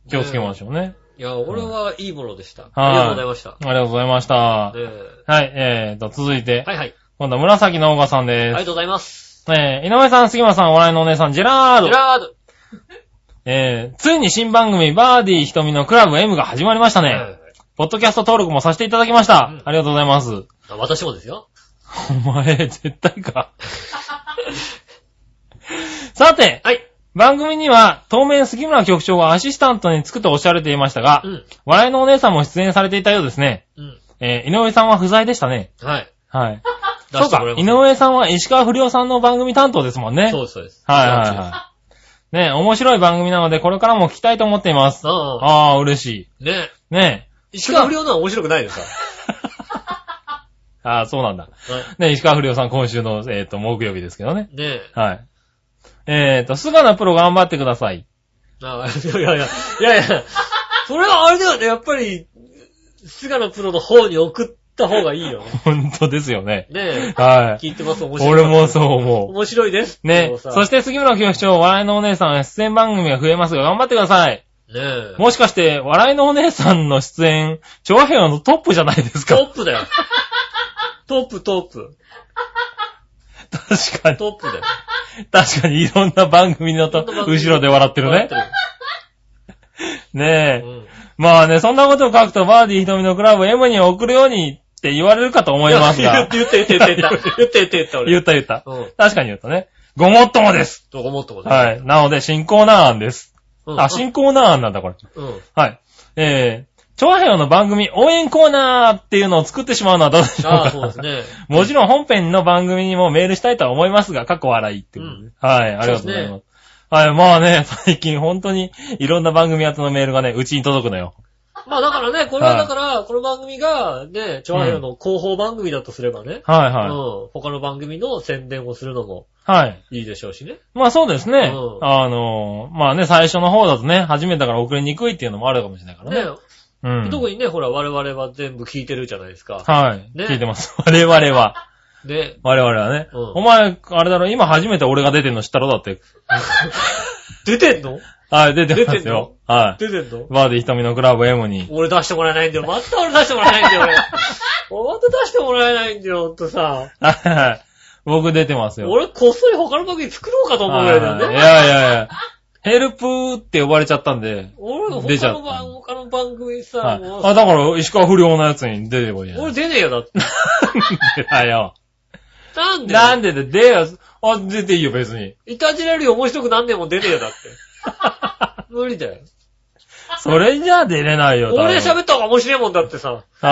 Speaker 3: 気をつけましょうね。
Speaker 2: いや、俺はいいものでした。
Speaker 3: はい
Speaker 2: ありがとうございました。
Speaker 3: ありがとうございました。は
Speaker 2: ね
Speaker 3: い、
Speaker 2: え
Speaker 3: えーと、続いて、
Speaker 2: はいはい。
Speaker 3: 今度は紫のオガさん
Speaker 2: あり
Speaker 3: で
Speaker 2: が
Speaker 3: す。
Speaker 2: とうございます。
Speaker 3: えー、井上さん、杉村さん、お笑いのお姉さん、ジェラー
Speaker 2: ジ
Speaker 3: ド
Speaker 2: ェ。ラード。
Speaker 3: えー、ついに新番組、バーディー瞳のクラブ M が始まりましたね。
Speaker 2: はい
Speaker 3: ポッドキャスト登録もさせていただきました。
Speaker 2: うん
Speaker 3: ありがとうございます。
Speaker 2: あ私もですよ。 <laughs>
Speaker 3: お前、絶対か。さて、
Speaker 2: はい。
Speaker 3: 番組には、当面杉村局長がアシスタントにつくとおっしゃられていましたが、
Speaker 2: うん。
Speaker 3: 笑いのお姉さんも出演されていたようですね。
Speaker 2: うん。
Speaker 3: えー井上さんは不在でしたね。
Speaker 2: はい。
Speaker 3: はい。
Speaker 2: 出
Speaker 3: そう
Speaker 2: して
Speaker 3: か
Speaker 2: もらい、ま
Speaker 3: 井
Speaker 2: す
Speaker 3: 上さんは石川不良さんの番組担当ですもんね。
Speaker 2: そう
Speaker 3: う
Speaker 2: です、そうです。
Speaker 3: はいはいはい。ね面白い番組なので、これからも聞きたいと思っています。
Speaker 2: ああ。
Speaker 3: ああ、嬉し
Speaker 2: ね <laughs>
Speaker 3: い。ね
Speaker 2: 石川不良のは面白くない
Speaker 3: <laughs>
Speaker 2: ですか
Speaker 3: ああ、そうなんだ。
Speaker 2: ら。は
Speaker 3: ね石川不良さん今週の、えっ、と、木曜日ですけどね。
Speaker 2: いね
Speaker 3: はい。えっ、と、菅野プロ頑張ってください。 <laughs>
Speaker 2: あいやいやいや、いやいや、それはあれだよね、やっぱり、菅野プロの方に送った方がいいよね。
Speaker 3: 本当ですよね。
Speaker 2: ねえ
Speaker 3: は。い。
Speaker 2: 聞いてます、面白い。
Speaker 3: 俺もそう思
Speaker 2: 面白いです。、
Speaker 3: う。ね。そしてて杉村清志長、笑いのお姉さん、出演番組が増えますが、頑張ってください。
Speaker 2: ねえ。
Speaker 3: もしかして、笑いのお姉さんの出演、調和平和のトップじゃないです
Speaker 2: ト
Speaker 3: か。
Speaker 2: ップだよ。トップ、トップ。
Speaker 3: 確かに。
Speaker 2: トップだよ。
Speaker 3: 確かにいろんな番組のと、後ろで笑ってるね。
Speaker 2: う
Speaker 3: ねえ。
Speaker 2: ん。
Speaker 3: まあね、そんなことを書くと、バーディー瞳のクラブ M に送るようにって言われるかと思いますが。
Speaker 2: 言って言って言って言って言って言って言って
Speaker 3: 言
Speaker 2: 俺。
Speaker 3: った言った。
Speaker 2: うん。
Speaker 3: 確かに言ったね。ごもっともです。
Speaker 2: どこもっともい。
Speaker 3: はい。なので、新コーナー案です。
Speaker 2: うん
Speaker 3: あ、新コーナー案なんだ、これ。
Speaker 2: うん。
Speaker 3: はい。えー、調和平和の番組応援コーナーっていうのを作ってしまうのはどうでしょう
Speaker 2: あ
Speaker 3: か
Speaker 2: あ、そうです
Speaker 3: <laughs>
Speaker 2: ね。
Speaker 3: もちろん本編の番組にもメールしたいとは思いますが、過去笑いっていうことで、
Speaker 2: う
Speaker 3: はい、ありがとうございます。はい、まあね、最近本当にいろんな番組宛てのメールがね、うちに届くのよ。
Speaker 2: まあだからね、これはだから、この番組が、ね、チョアヘヨの広報番組だとすればね、
Speaker 3: はいうはい。
Speaker 2: ん。他の番組の宣伝をするのも
Speaker 3: はい。
Speaker 2: いいでしょうしね。
Speaker 3: まあそうですね。
Speaker 2: うん
Speaker 3: あのー、まあね、最初の方だとね、初めてだから送りにくいっていうのもあるかもしれないからね。
Speaker 2: ね。
Speaker 3: うん。
Speaker 2: 特にね、ほら、我々は全部聞いてるじゃないですか。
Speaker 3: はい、
Speaker 2: ね
Speaker 3: 聞いてます。 <laughs> 我々は。
Speaker 2: ね。
Speaker 3: 我々はね。
Speaker 2: うん
Speaker 3: お前、あれだろ、今初めて俺が出てんの知ったろだって。
Speaker 2: 出てんの
Speaker 3: はい、出てま
Speaker 2: 出て
Speaker 3: す
Speaker 2: んの
Speaker 3: よ。は
Speaker 2: 出てんの
Speaker 3: い。バーディー瞳のクラブ M に。
Speaker 2: 俺出してもらえないんだよ。また俺出してもらえないんだよ、
Speaker 3: <laughs>
Speaker 2: 俺。俺また出してもらえないんだよ、ほんとさ。
Speaker 3: はいはい。僕出てますよ。
Speaker 2: 俺、こっそり他の番組作ろうかと思うぐらいだよ
Speaker 3: はい
Speaker 2: ね。
Speaker 3: いやいやいや。ヘルプーって呼ばれちゃったんで。
Speaker 2: 俺、
Speaker 3: 出ち
Speaker 2: 他
Speaker 3: ゃ
Speaker 2: の
Speaker 3: った
Speaker 2: 番、他の番組
Speaker 3: は
Speaker 2: さ、
Speaker 3: い
Speaker 2: もう。
Speaker 3: あ、だから、石川不良のやつに出ればいいじゃん。
Speaker 2: 俺出ねえよ、だ
Speaker 3: <laughs>
Speaker 2: って。
Speaker 3: だよ。
Speaker 2: なんで
Speaker 3: なんでで、出よ。あ、出ていいよ、別に。
Speaker 2: いたじらより面白くなんねえもん出ねえよ、だ
Speaker 3: <laughs>
Speaker 2: って。無理だよ。
Speaker 3: それじゃあ出れないよ、
Speaker 2: 俺
Speaker 3: 多分
Speaker 2: 喋った方が面白いもんだってさ。大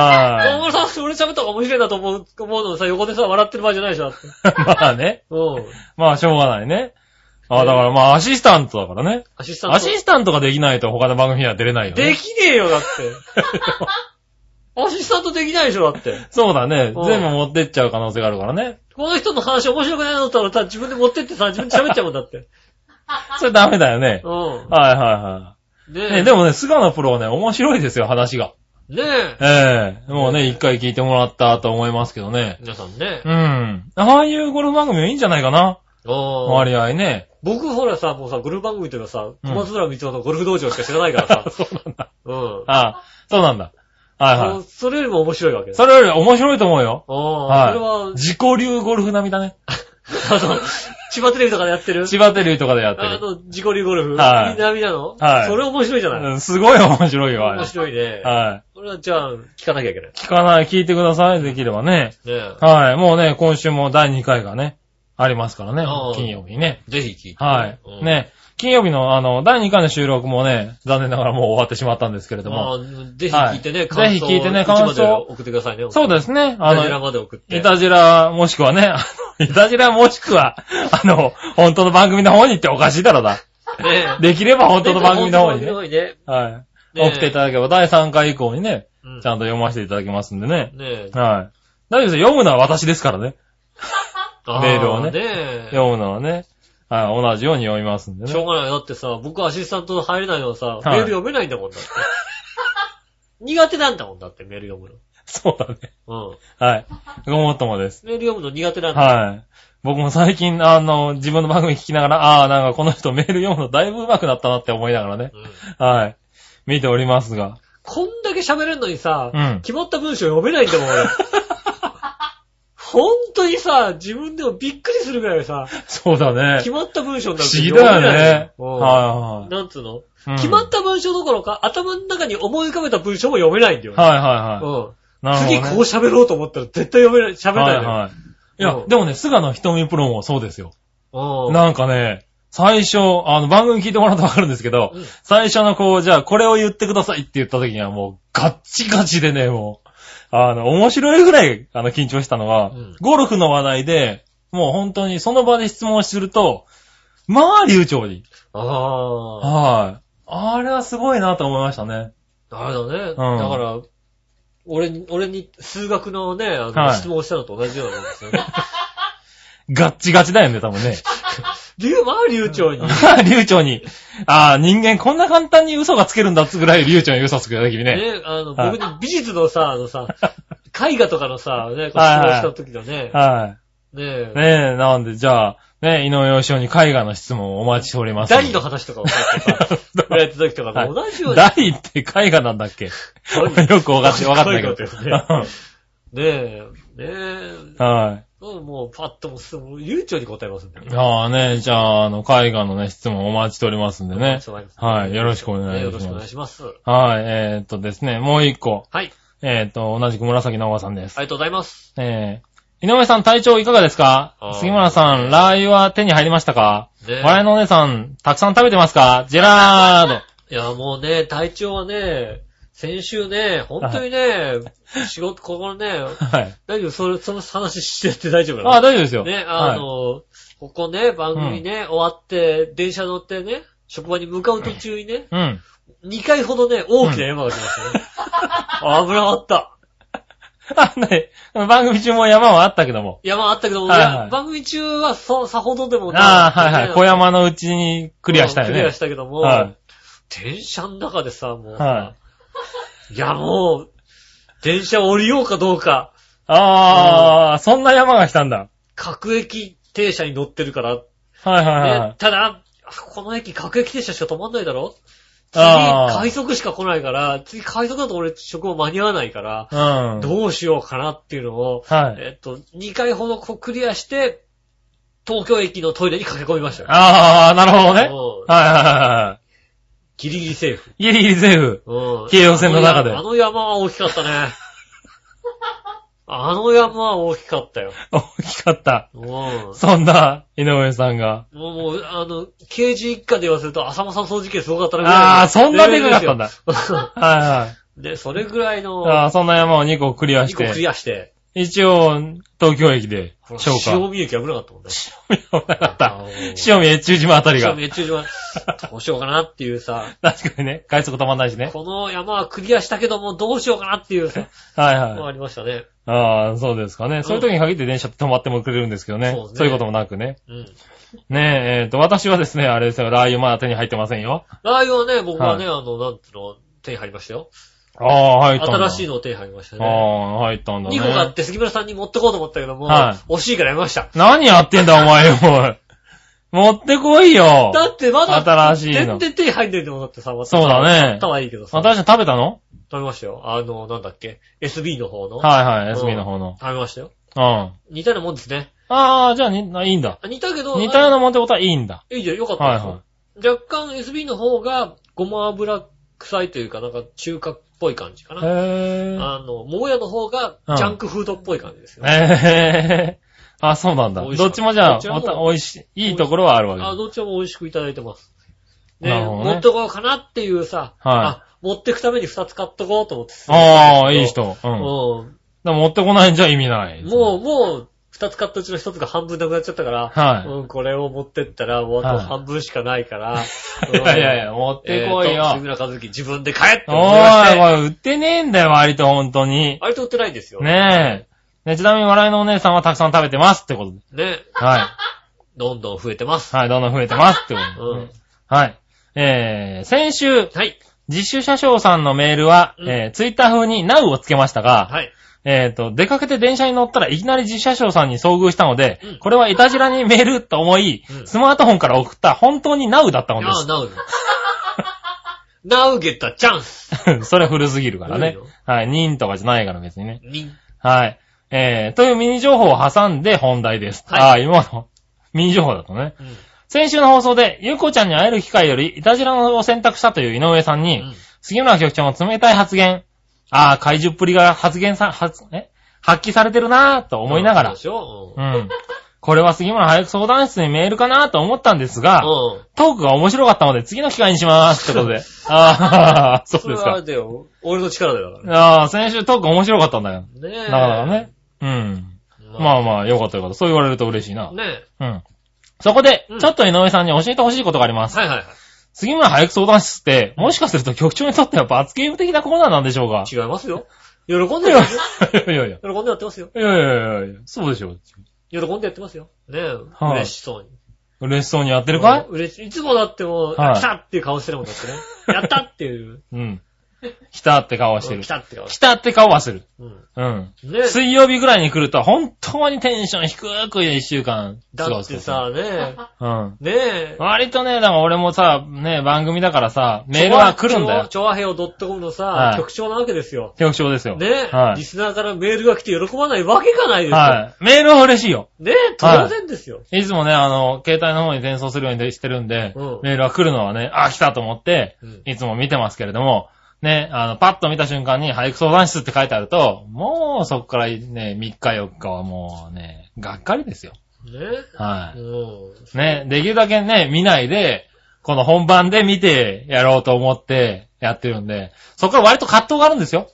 Speaker 3: は
Speaker 2: 村さん、俺喋った方が面白いなと思う思うのにさ、横でさ、笑ってる場合じゃないでしょ、だ
Speaker 3: <laughs>
Speaker 2: って。
Speaker 3: い。 <laughs> まあね。
Speaker 2: うん。
Speaker 3: まあ、しょうがないね。あ、だからまあ、アシスタントだからね。
Speaker 2: アシスタント。
Speaker 3: アシスタントができないと他の番組には出れないよ、ね。
Speaker 2: できねえよ、だ
Speaker 3: <laughs>
Speaker 2: って。アシスタントできないでしょ、だって。
Speaker 3: そうだね。
Speaker 2: うん
Speaker 3: 全部持ってっちゃう可能性があるからね。
Speaker 2: この人の話面白くないのだったらさ、自分で持ってってさ、自分で喋っちゃうもんだって。
Speaker 3: それダメだよね。
Speaker 2: う
Speaker 3: はいは
Speaker 2: ん。ね
Speaker 3: いはい。ね、でもね、菅野プロはね、面白いですよ、話が。
Speaker 2: ねえ。
Speaker 3: ええもうね、一回聞いてもらったと思いますけどね。
Speaker 2: 皆さんね
Speaker 3: う。ん。ああいうゴルフ番組はいいんじゃないかな。
Speaker 2: うん。
Speaker 3: 割合ね。
Speaker 2: 僕ほらさ、もうさ、ゴルフ番組というかさ、
Speaker 3: うん。
Speaker 2: 小松村光夫のゴルフ道場しか知らないからさ
Speaker 3: <laughs> そうなんだ。
Speaker 2: うん。
Speaker 3: ああそうなんだ。はい
Speaker 2: も
Speaker 3: は
Speaker 2: うそれよりも面白いわけ
Speaker 3: い。
Speaker 2: です。
Speaker 3: それより面白いと思うよ。
Speaker 2: ああ、
Speaker 3: はい。
Speaker 2: それは、
Speaker 3: 自己流ゴルフ並みだね。
Speaker 2: あの、 <laughs> 千葉テレビとかでやってる
Speaker 3: 千葉テレビとかでやって
Speaker 2: あ
Speaker 3: る。
Speaker 2: の、自己流ゴルフ。
Speaker 3: はい
Speaker 2: 南なの
Speaker 3: はい
Speaker 2: それ面白いじゃない、
Speaker 3: うんすごい面白いよ、あれ
Speaker 2: 面。白いね。
Speaker 3: は
Speaker 2: これはじゃあ、聞かなきゃいけない。ね
Speaker 3: い。聞かない、聞いてください、できればね。
Speaker 2: え。
Speaker 3: はい。もうね、今週も第2回がね、ありますからね
Speaker 2: ああ。
Speaker 3: 金曜日にね。
Speaker 2: ぜひ聞いて。
Speaker 3: はい
Speaker 2: うん。
Speaker 3: ね。金曜日の、あの、第2回の収録もね、残念ながらもう終わってしまったんですけれど
Speaker 2: ま
Speaker 3: も。
Speaker 2: あ、ぜひ聞いて
Speaker 3: は
Speaker 2: ね、
Speaker 3: いぜひ聞いてね
Speaker 2: 感想を
Speaker 3: 感想を
Speaker 2: うちまで送ってくださいね。
Speaker 3: そう
Speaker 2: だ。
Speaker 3: ですね。あ
Speaker 2: あの、
Speaker 3: の、
Speaker 2: まで送って。
Speaker 3: いたじら、もしくはね、あのいたじらもしくは、あの、本当の番組の方に行っておかしいだろうな。
Speaker 2: ねえ。
Speaker 3: できれば <laughs> 本当の番組の方
Speaker 2: 本当
Speaker 3: にね
Speaker 2: の。番組の方にね。
Speaker 3: はい。
Speaker 2: ね
Speaker 3: 送っていただければ、第3回以降にね、
Speaker 2: うん
Speaker 3: ちゃんと読ませていただきますんでね。
Speaker 2: ねえ。
Speaker 3: はい。大丈夫ですよ。読むのは私ですからね。
Speaker 2: あ
Speaker 3: メールをね
Speaker 2: ねえ。
Speaker 3: 読むのはね。はい。同じように読みますんで
Speaker 2: しょう
Speaker 3: ね。
Speaker 2: がないよ。だってさ、僕アシスタント入れないのはさ、
Speaker 3: い
Speaker 2: メール読めないんだも
Speaker 3: <laughs>
Speaker 2: んだって。苦手なんだもんだって、メール読む
Speaker 3: <laughs> そうだね。
Speaker 2: の。うん。
Speaker 3: はい。ごもっともです。
Speaker 2: メール読むの苦手なんだ。
Speaker 3: はい。僕も最近、あの、自分の番組聞きながら、ああー、なんかこの人メール読むのだいぶ上手くなったなって思いながらね。
Speaker 2: うん
Speaker 3: はい。見ておりますが。
Speaker 2: こんだけ喋れんのにさ、
Speaker 3: うん
Speaker 2: 決まった文章読めないんだもん、
Speaker 3: <laughs>
Speaker 2: 俺。本当にさ、自分でもびっくりするぐらいさ、
Speaker 3: そうだね
Speaker 2: 決。まった文章に
Speaker 3: 不
Speaker 2: なる
Speaker 3: 思議だよね。
Speaker 2: うん
Speaker 3: はいはい
Speaker 2: なんつうの、
Speaker 3: うん。
Speaker 2: 決まった文章どころか、頭の中に思い浮かべた文章も読めないんだよ。
Speaker 3: はいはいはい。
Speaker 2: うん
Speaker 3: なるほど、
Speaker 2: 次
Speaker 3: ね。
Speaker 2: こう喋ろうと思ったら絶対読めない、喋れないん
Speaker 3: は
Speaker 2: だ
Speaker 3: い
Speaker 2: よ。
Speaker 3: はい。いや
Speaker 2: う、ん
Speaker 3: でもね、菅野瞳プロもそうですよ。
Speaker 2: うん
Speaker 3: なんかね、最初、あの、番組聞いてもらうとわかるんですけど
Speaker 2: うん、
Speaker 3: 最初のこう、じゃあこれを言ってくださいって言った時にはもう、ガッチガチでね、もう、あの、面白いぐらい、あの、緊張したのは
Speaker 2: うん、
Speaker 3: ゴルフの話題で、もう本当にその場で質問すると、まあ、流暢に。
Speaker 2: ああ。
Speaker 3: はい。あれはすごいなと思いましたね。
Speaker 2: あれだね。だ
Speaker 3: うん
Speaker 2: から、俺に、俺に数学のね、あの
Speaker 3: は
Speaker 2: <laughs>
Speaker 3: い
Speaker 2: 質問をしたのと同じようなもんですよね。
Speaker 3: ガッチガチだよね、多分ね。
Speaker 2: 竜、まあ流暢に。
Speaker 3: 流暢に。ああ、人間こんな簡単に嘘がつけるんだっつぐらい流暢に嘘つくよね、君ね。
Speaker 2: ね、あの、
Speaker 3: はい
Speaker 2: 僕に美術のさ、あの
Speaker 3: <laughs>
Speaker 2: さ、絵画とかのさ、ね、こう質問した時のね、
Speaker 3: は
Speaker 2: ね
Speaker 3: い。ねえ、なんで、じゃあ、ね、井上洋雄に絵画の質問をお待ちしております。
Speaker 2: ダリの話とかをさ、
Speaker 3: <laughs>
Speaker 2: やった時とか
Speaker 3: はい
Speaker 2: も同じように、
Speaker 3: ダリって絵画なんだっけよくわかって、わかってないけ
Speaker 2: 絵画だ
Speaker 3: ど。 <laughs>
Speaker 2: ねえ、ねえ、
Speaker 3: はい。
Speaker 2: もうパッともすぐ、流暢に答えますんで。
Speaker 3: ああね、じゃあ、あの、絵画のね、質問お待ちしておりますんでね。
Speaker 2: そうなんですね
Speaker 3: はい。よろしくお願いしま
Speaker 2: ね
Speaker 3: す。
Speaker 2: よろしくお願いします。はい。
Speaker 3: はい、えー、っとですね、もう一個。
Speaker 2: あり
Speaker 3: えー、っと、同じく紫直さんです。
Speaker 2: がとうございます。
Speaker 3: えー、井上さん体調いかがですか
Speaker 2: あー
Speaker 3: 杉村さん、ラー油は手に入りましたか
Speaker 2: ねえ
Speaker 3: 笑いのお姉さん、たくさん食べてますかジェラード。
Speaker 2: <laughs> いや、もうね、体調はね、先週ね、本当にね、仕事、ここのね、
Speaker 3: はい。
Speaker 2: 大丈夫、それ、その話してて大丈夫なの
Speaker 3: あー、大丈夫ですよ。
Speaker 2: ね、あ
Speaker 3: はい、
Speaker 2: の、ここね、番組ね、終わって、電車乗ってね、職場に向かう途中にね、
Speaker 3: うん。
Speaker 2: 2回ほどね、大きな山が来ましたね。
Speaker 3: <laughs>
Speaker 2: あ危なかった。
Speaker 3: あ、ね、番組中も山はあったけども。
Speaker 2: 山あったけども、
Speaker 3: はいはい
Speaker 2: いや番組中はそ、さほどでも
Speaker 3: ああ、はいはい。小
Speaker 2: ね
Speaker 3: 山のうちにクリアしたよね。
Speaker 2: クリアしたけども、
Speaker 3: はい
Speaker 2: 電車の中でさ、もうさ、、
Speaker 3: はい
Speaker 2: やもう、電車降りようかどうか、
Speaker 3: ああ、そんな山が来たんだ。
Speaker 2: 各駅停車に乗ってるから、
Speaker 3: はいはいはいは
Speaker 2: ね
Speaker 3: い。
Speaker 2: ただ、この駅各駅停車しか止まんないだろ次、
Speaker 3: あー
Speaker 2: 快速しか来ないから、次快速だと俺職場間に合わないから、
Speaker 3: うん。
Speaker 2: どうしようかなっていうのを、
Speaker 3: はい。
Speaker 2: えっと、2回ほどこうクリアして、東京駅のトイレに駆け込みましたよ。
Speaker 3: ああ、なるほ
Speaker 2: うん
Speaker 3: どね。はいはいはいは
Speaker 2: ギリギリセーフ。
Speaker 3: い。ギリギリセーフ。
Speaker 2: うん
Speaker 3: 京葉線の中で
Speaker 2: あの山は大きか
Speaker 3: <laughs>
Speaker 2: ったね。あの山は大きかったよ。
Speaker 3: 大きかった。
Speaker 2: うん。も
Speaker 3: そんな、井上さんが。
Speaker 2: う、もうあの、刑事一家で言わせると、浅間さん掃除機すごかったね。
Speaker 3: ああ、そんなでかかったんだ。
Speaker 2: だ。
Speaker 3: はいはい。
Speaker 2: で、それぐらいの、
Speaker 3: ああ、そんな山を2個クリアし
Speaker 2: 2個ク
Speaker 3: て、
Speaker 2: リアして、
Speaker 3: 一応、東京駅で
Speaker 2: ほら
Speaker 3: 消
Speaker 2: 塩
Speaker 3: <laughs> 化。
Speaker 2: 見駅危なかったもんね。
Speaker 3: 危なかった
Speaker 2: あの。
Speaker 3: 塩見越中島あたり
Speaker 2: 塩
Speaker 3: が
Speaker 2: 見。熱中症は、どうしようかなっていうさ、
Speaker 3: 確かにね、快速止まんないしね。
Speaker 2: この山はクリアしたけども、どうしようかなっていうさ、
Speaker 3: はい
Speaker 2: もう
Speaker 3: は
Speaker 2: ありましたね。
Speaker 3: い。ああ、そうですかね。そういう時に限って電車って止まってもくれるんですけどね
Speaker 2: そう。ね
Speaker 3: そういうこともなくね。
Speaker 2: うん。
Speaker 3: ねえ、えっと、私はですね、あれですよ、ラー油まだ手に入ってませんよ。
Speaker 2: ラー油はね、僕はね、あの、なんていうの、手に入りましたよ。
Speaker 3: ああ、入ったんだ。
Speaker 2: 新しいのを手に入りました
Speaker 3: あ
Speaker 2: ね。
Speaker 3: あ、入ったんだね。
Speaker 2: 2個買って杉村さんに持ってこうと思ったけども、
Speaker 3: は
Speaker 2: 惜しいからやめました。
Speaker 3: 何やってんだお前よ、お
Speaker 2: <laughs>
Speaker 3: い持ってこいよ。
Speaker 2: だってまだ、
Speaker 3: 新しいの
Speaker 2: 全然手に入んないと思ってさ、またさ
Speaker 3: そうだね
Speaker 2: 買ったはいいけどさ、
Speaker 3: 私は食べたの
Speaker 2: 食べましたよ。あの、なんだっけ、SB の方の。
Speaker 3: はいはい、
Speaker 2: うん
Speaker 3: SB の方の。
Speaker 2: 食べましたよ。
Speaker 3: うん。あ
Speaker 2: 似たようなもんですね。
Speaker 3: あ、じゃあに、あいいんだ。
Speaker 2: あ似たけど、
Speaker 3: 似たようなもんってことはいいんだ。
Speaker 2: いいじゃん、よかった
Speaker 3: はい
Speaker 2: ですよ
Speaker 3: は
Speaker 2: 若干 SB の方がごま油臭いというか、なんか中華っぽい感じか
Speaker 3: い。へ
Speaker 2: な。あの、桃屋の方がジ
Speaker 3: うん
Speaker 2: ャンクフードっぽい感じですよ
Speaker 3: え。。へえ。あ、そうなんだ。
Speaker 2: 美味しか
Speaker 3: ど
Speaker 2: った
Speaker 3: っちもじゃあ、
Speaker 2: どっちも
Speaker 3: また美味しい、いいところはあるわけ
Speaker 2: あ
Speaker 3: だ。
Speaker 2: どっちも美味しくいただいてます。ね
Speaker 3: なるほどね
Speaker 2: 持ってこようかなっていうさ、
Speaker 3: は
Speaker 2: あ、持ってくために2つ買っとこうと思って。
Speaker 3: ああ、いい人。うん。だ
Speaker 2: うん。
Speaker 3: か
Speaker 2: も
Speaker 3: ら持ってこないんじゃ意味ない。
Speaker 2: う、もう、2つ買ったうちの1つが半分なくなっちゃったから、
Speaker 3: はい
Speaker 2: うん、これを持ってったら、もうあ
Speaker 3: は
Speaker 2: と
Speaker 3: い
Speaker 2: 半分しかないから、
Speaker 3: <laughs> いやいやいや、持っ
Speaker 2: うん、え
Speaker 3: て
Speaker 2: ー
Speaker 3: こといよ。
Speaker 2: 杉村和樹自分で買えって
Speaker 3: お
Speaker 2: 思いまし
Speaker 3: ーい、
Speaker 2: て。
Speaker 3: おい、売ってねえんだよ、割と本当に。
Speaker 2: あれと売ってないんですよ。
Speaker 3: ねえ。ね、ちなみに笑いのお姉さんはたくさん食べてますってことで。
Speaker 2: ね。 <laughs>
Speaker 3: はい。
Speaker 2: どんどん増えてます。
Speaker 3: はい、どんどん増えてますってこ
Speaker 2: う
Speaker 3: とです
Speaker 2: ん
Speaker 3: ね。。はい。えー、先週、
Speaker 2: はい。
Speaker 3: 実習車掌さんのメールは、
Speaker 2: うん
Speaker 3: えー、ツイッター風に Now をつけましたが、
Speaker 2: はい。
Speaker 3: えっ、と、出かけて電車に乗ったらいきなり実車掌さんに遭遇したので、
Speaker 2: うん
Speaker 3: これはいたじらにメールと思い、
Speaker 2: うん
Speaker 3: スマートフォンから送った本当に Now だったので
Speaker 2: ああ、ナウ。 <laughs> ナウゲタチャンス。
Speaker 3: す。 <laughs> それ古すぎるからね
Speaker 2: 古いよ。
Speaker 3: はい、任とかじゃないから別にね。
Speaker 2: に
Speaker 3: はい。えー、というミニ情報を挟んで本題です。
Speaker 2: はい
Speaker 3: ああ、今のミニ情報だとね。
Speaker 2: うん
Speaker 3: 先週の放送で、ゆうこちゃんに会える機会より、いたじらを選択したという井上さんに、
Speaker 2: うん
Speaker 3: 杉村局長の冷たい発言、ああ、怪獣っぷりが発言さ、発、え発揮されてるなぁと思いな
Speaker 2: そ
Speaker 3: が
Speaker 2: う
Speaker 3: ら
Speaker 2: で、しょ
Speaker 3: うん。これは杉村早く相談室にメールかなと思ったんですが、
Speaker 2: うん。うん。
Speaker 3: トークが面白かったので次の機会にしますってことで。ああ、 <laughs> そうです
Speaker 2: れはあ
Speaker 3: か
Speaker 2: れ。だよ。俺の力だよ。ね
Speaker 3: ああ、先週トーク面白かったんだよ。
Speaker 2: え。
Speaker 3: なかなかね。うん。まあまあ、よかったよかった。そう言われると嬉しいな。
Speaker 2: ねえ。
Speaker 3: うん。そこで
Speaker 2: うん、
Speaker 3: ちょっと井上さんに教えてほしいことがあります。
Speaker 2: はいはいは
Speaker 3: 杉村早く相談室って、もしかすると局長にとっては罰ゲーム的なコーナーなんでしょうか
Speaker 2: い。違いますよ。喜んで
Speaker 3: い
Speaker 2: や
Speaker 3: や
Speaker 2: ってますよ。
Speaker 3: いやいやいや。
Speaker 2: 喜んでやってますよ。
Speaker 3: いやいやいやいや、そうでしょう。
Speaker 2: 喜んでやってますよ。ねえ。
Speaker 3: はい
Speaker 2: 嬉しそうに。
Speaker 3: 嬉しそうにやってるかい
Speaker 2: 嬉しい。いつもだってもう、
Speaker 3: はい
Speaker 2: あ来たっていう顔してるもんだってね。やったっていう。
Speaker 3: うん。来たって顔は <laughs> して
Speaker 2: うん
Speaker 3: る
Speaker 2: 来。たって顔
Speaker 3: 来たって顔はする。
Speaker 2: うん。
Speaker 3: うん。
Speaker 2: ね
Speaker 3: 水曜日ぐらいに来ると、本当にテンション低く一週間
Speaker 2: だ
Speaker 3: 過ご
Speaker 2: っ
Speaker 3: す。
Speaker 2: て。さ、ね
Speaker 3: うん。
Speaker 2: ねえ。
Speaker 3: 割とね、だから俺もさ、ね、番組だからさ、メールは来るんだよ。
Speaker 2: 調和平を .com のさ、
Speaker 3: はい
Speaker 2: 局長なわけですよ。
Speaker 3: 局長ですよ。
Speaker 2: ねえ、
Speaker 3: はい
Speaker 2: リスナーからメールが来て喜ばないわけがないですよ。
Speaker 3: はい。メールは嬉しいよ。
Speaker 2: ねえ、当然ですよ。
Speaker 3: いつもね、あの、携帯の方に転送するようにしてるんで、
Speaker 2: うん
Speaker 3: メールは来るのはね、あ、来たと思って、
Speaker 2: うん
Speaker 3: いつも見てますけれども、ね、あの、パッと見た瞬間に、俳句相談室って書いてあると、もうそこからね、3日4日はもうね、がっかりですよ。
Speaker 2: ね
Speaker 3: は
Speaker 2: え。
Speaker 3: い。
Speaker 2: うん。
Speaker 3: ね、できるだけね、見ないで、この本番で見てやろうと思ってやってるんで、そこから割と葛藤があるんですよ。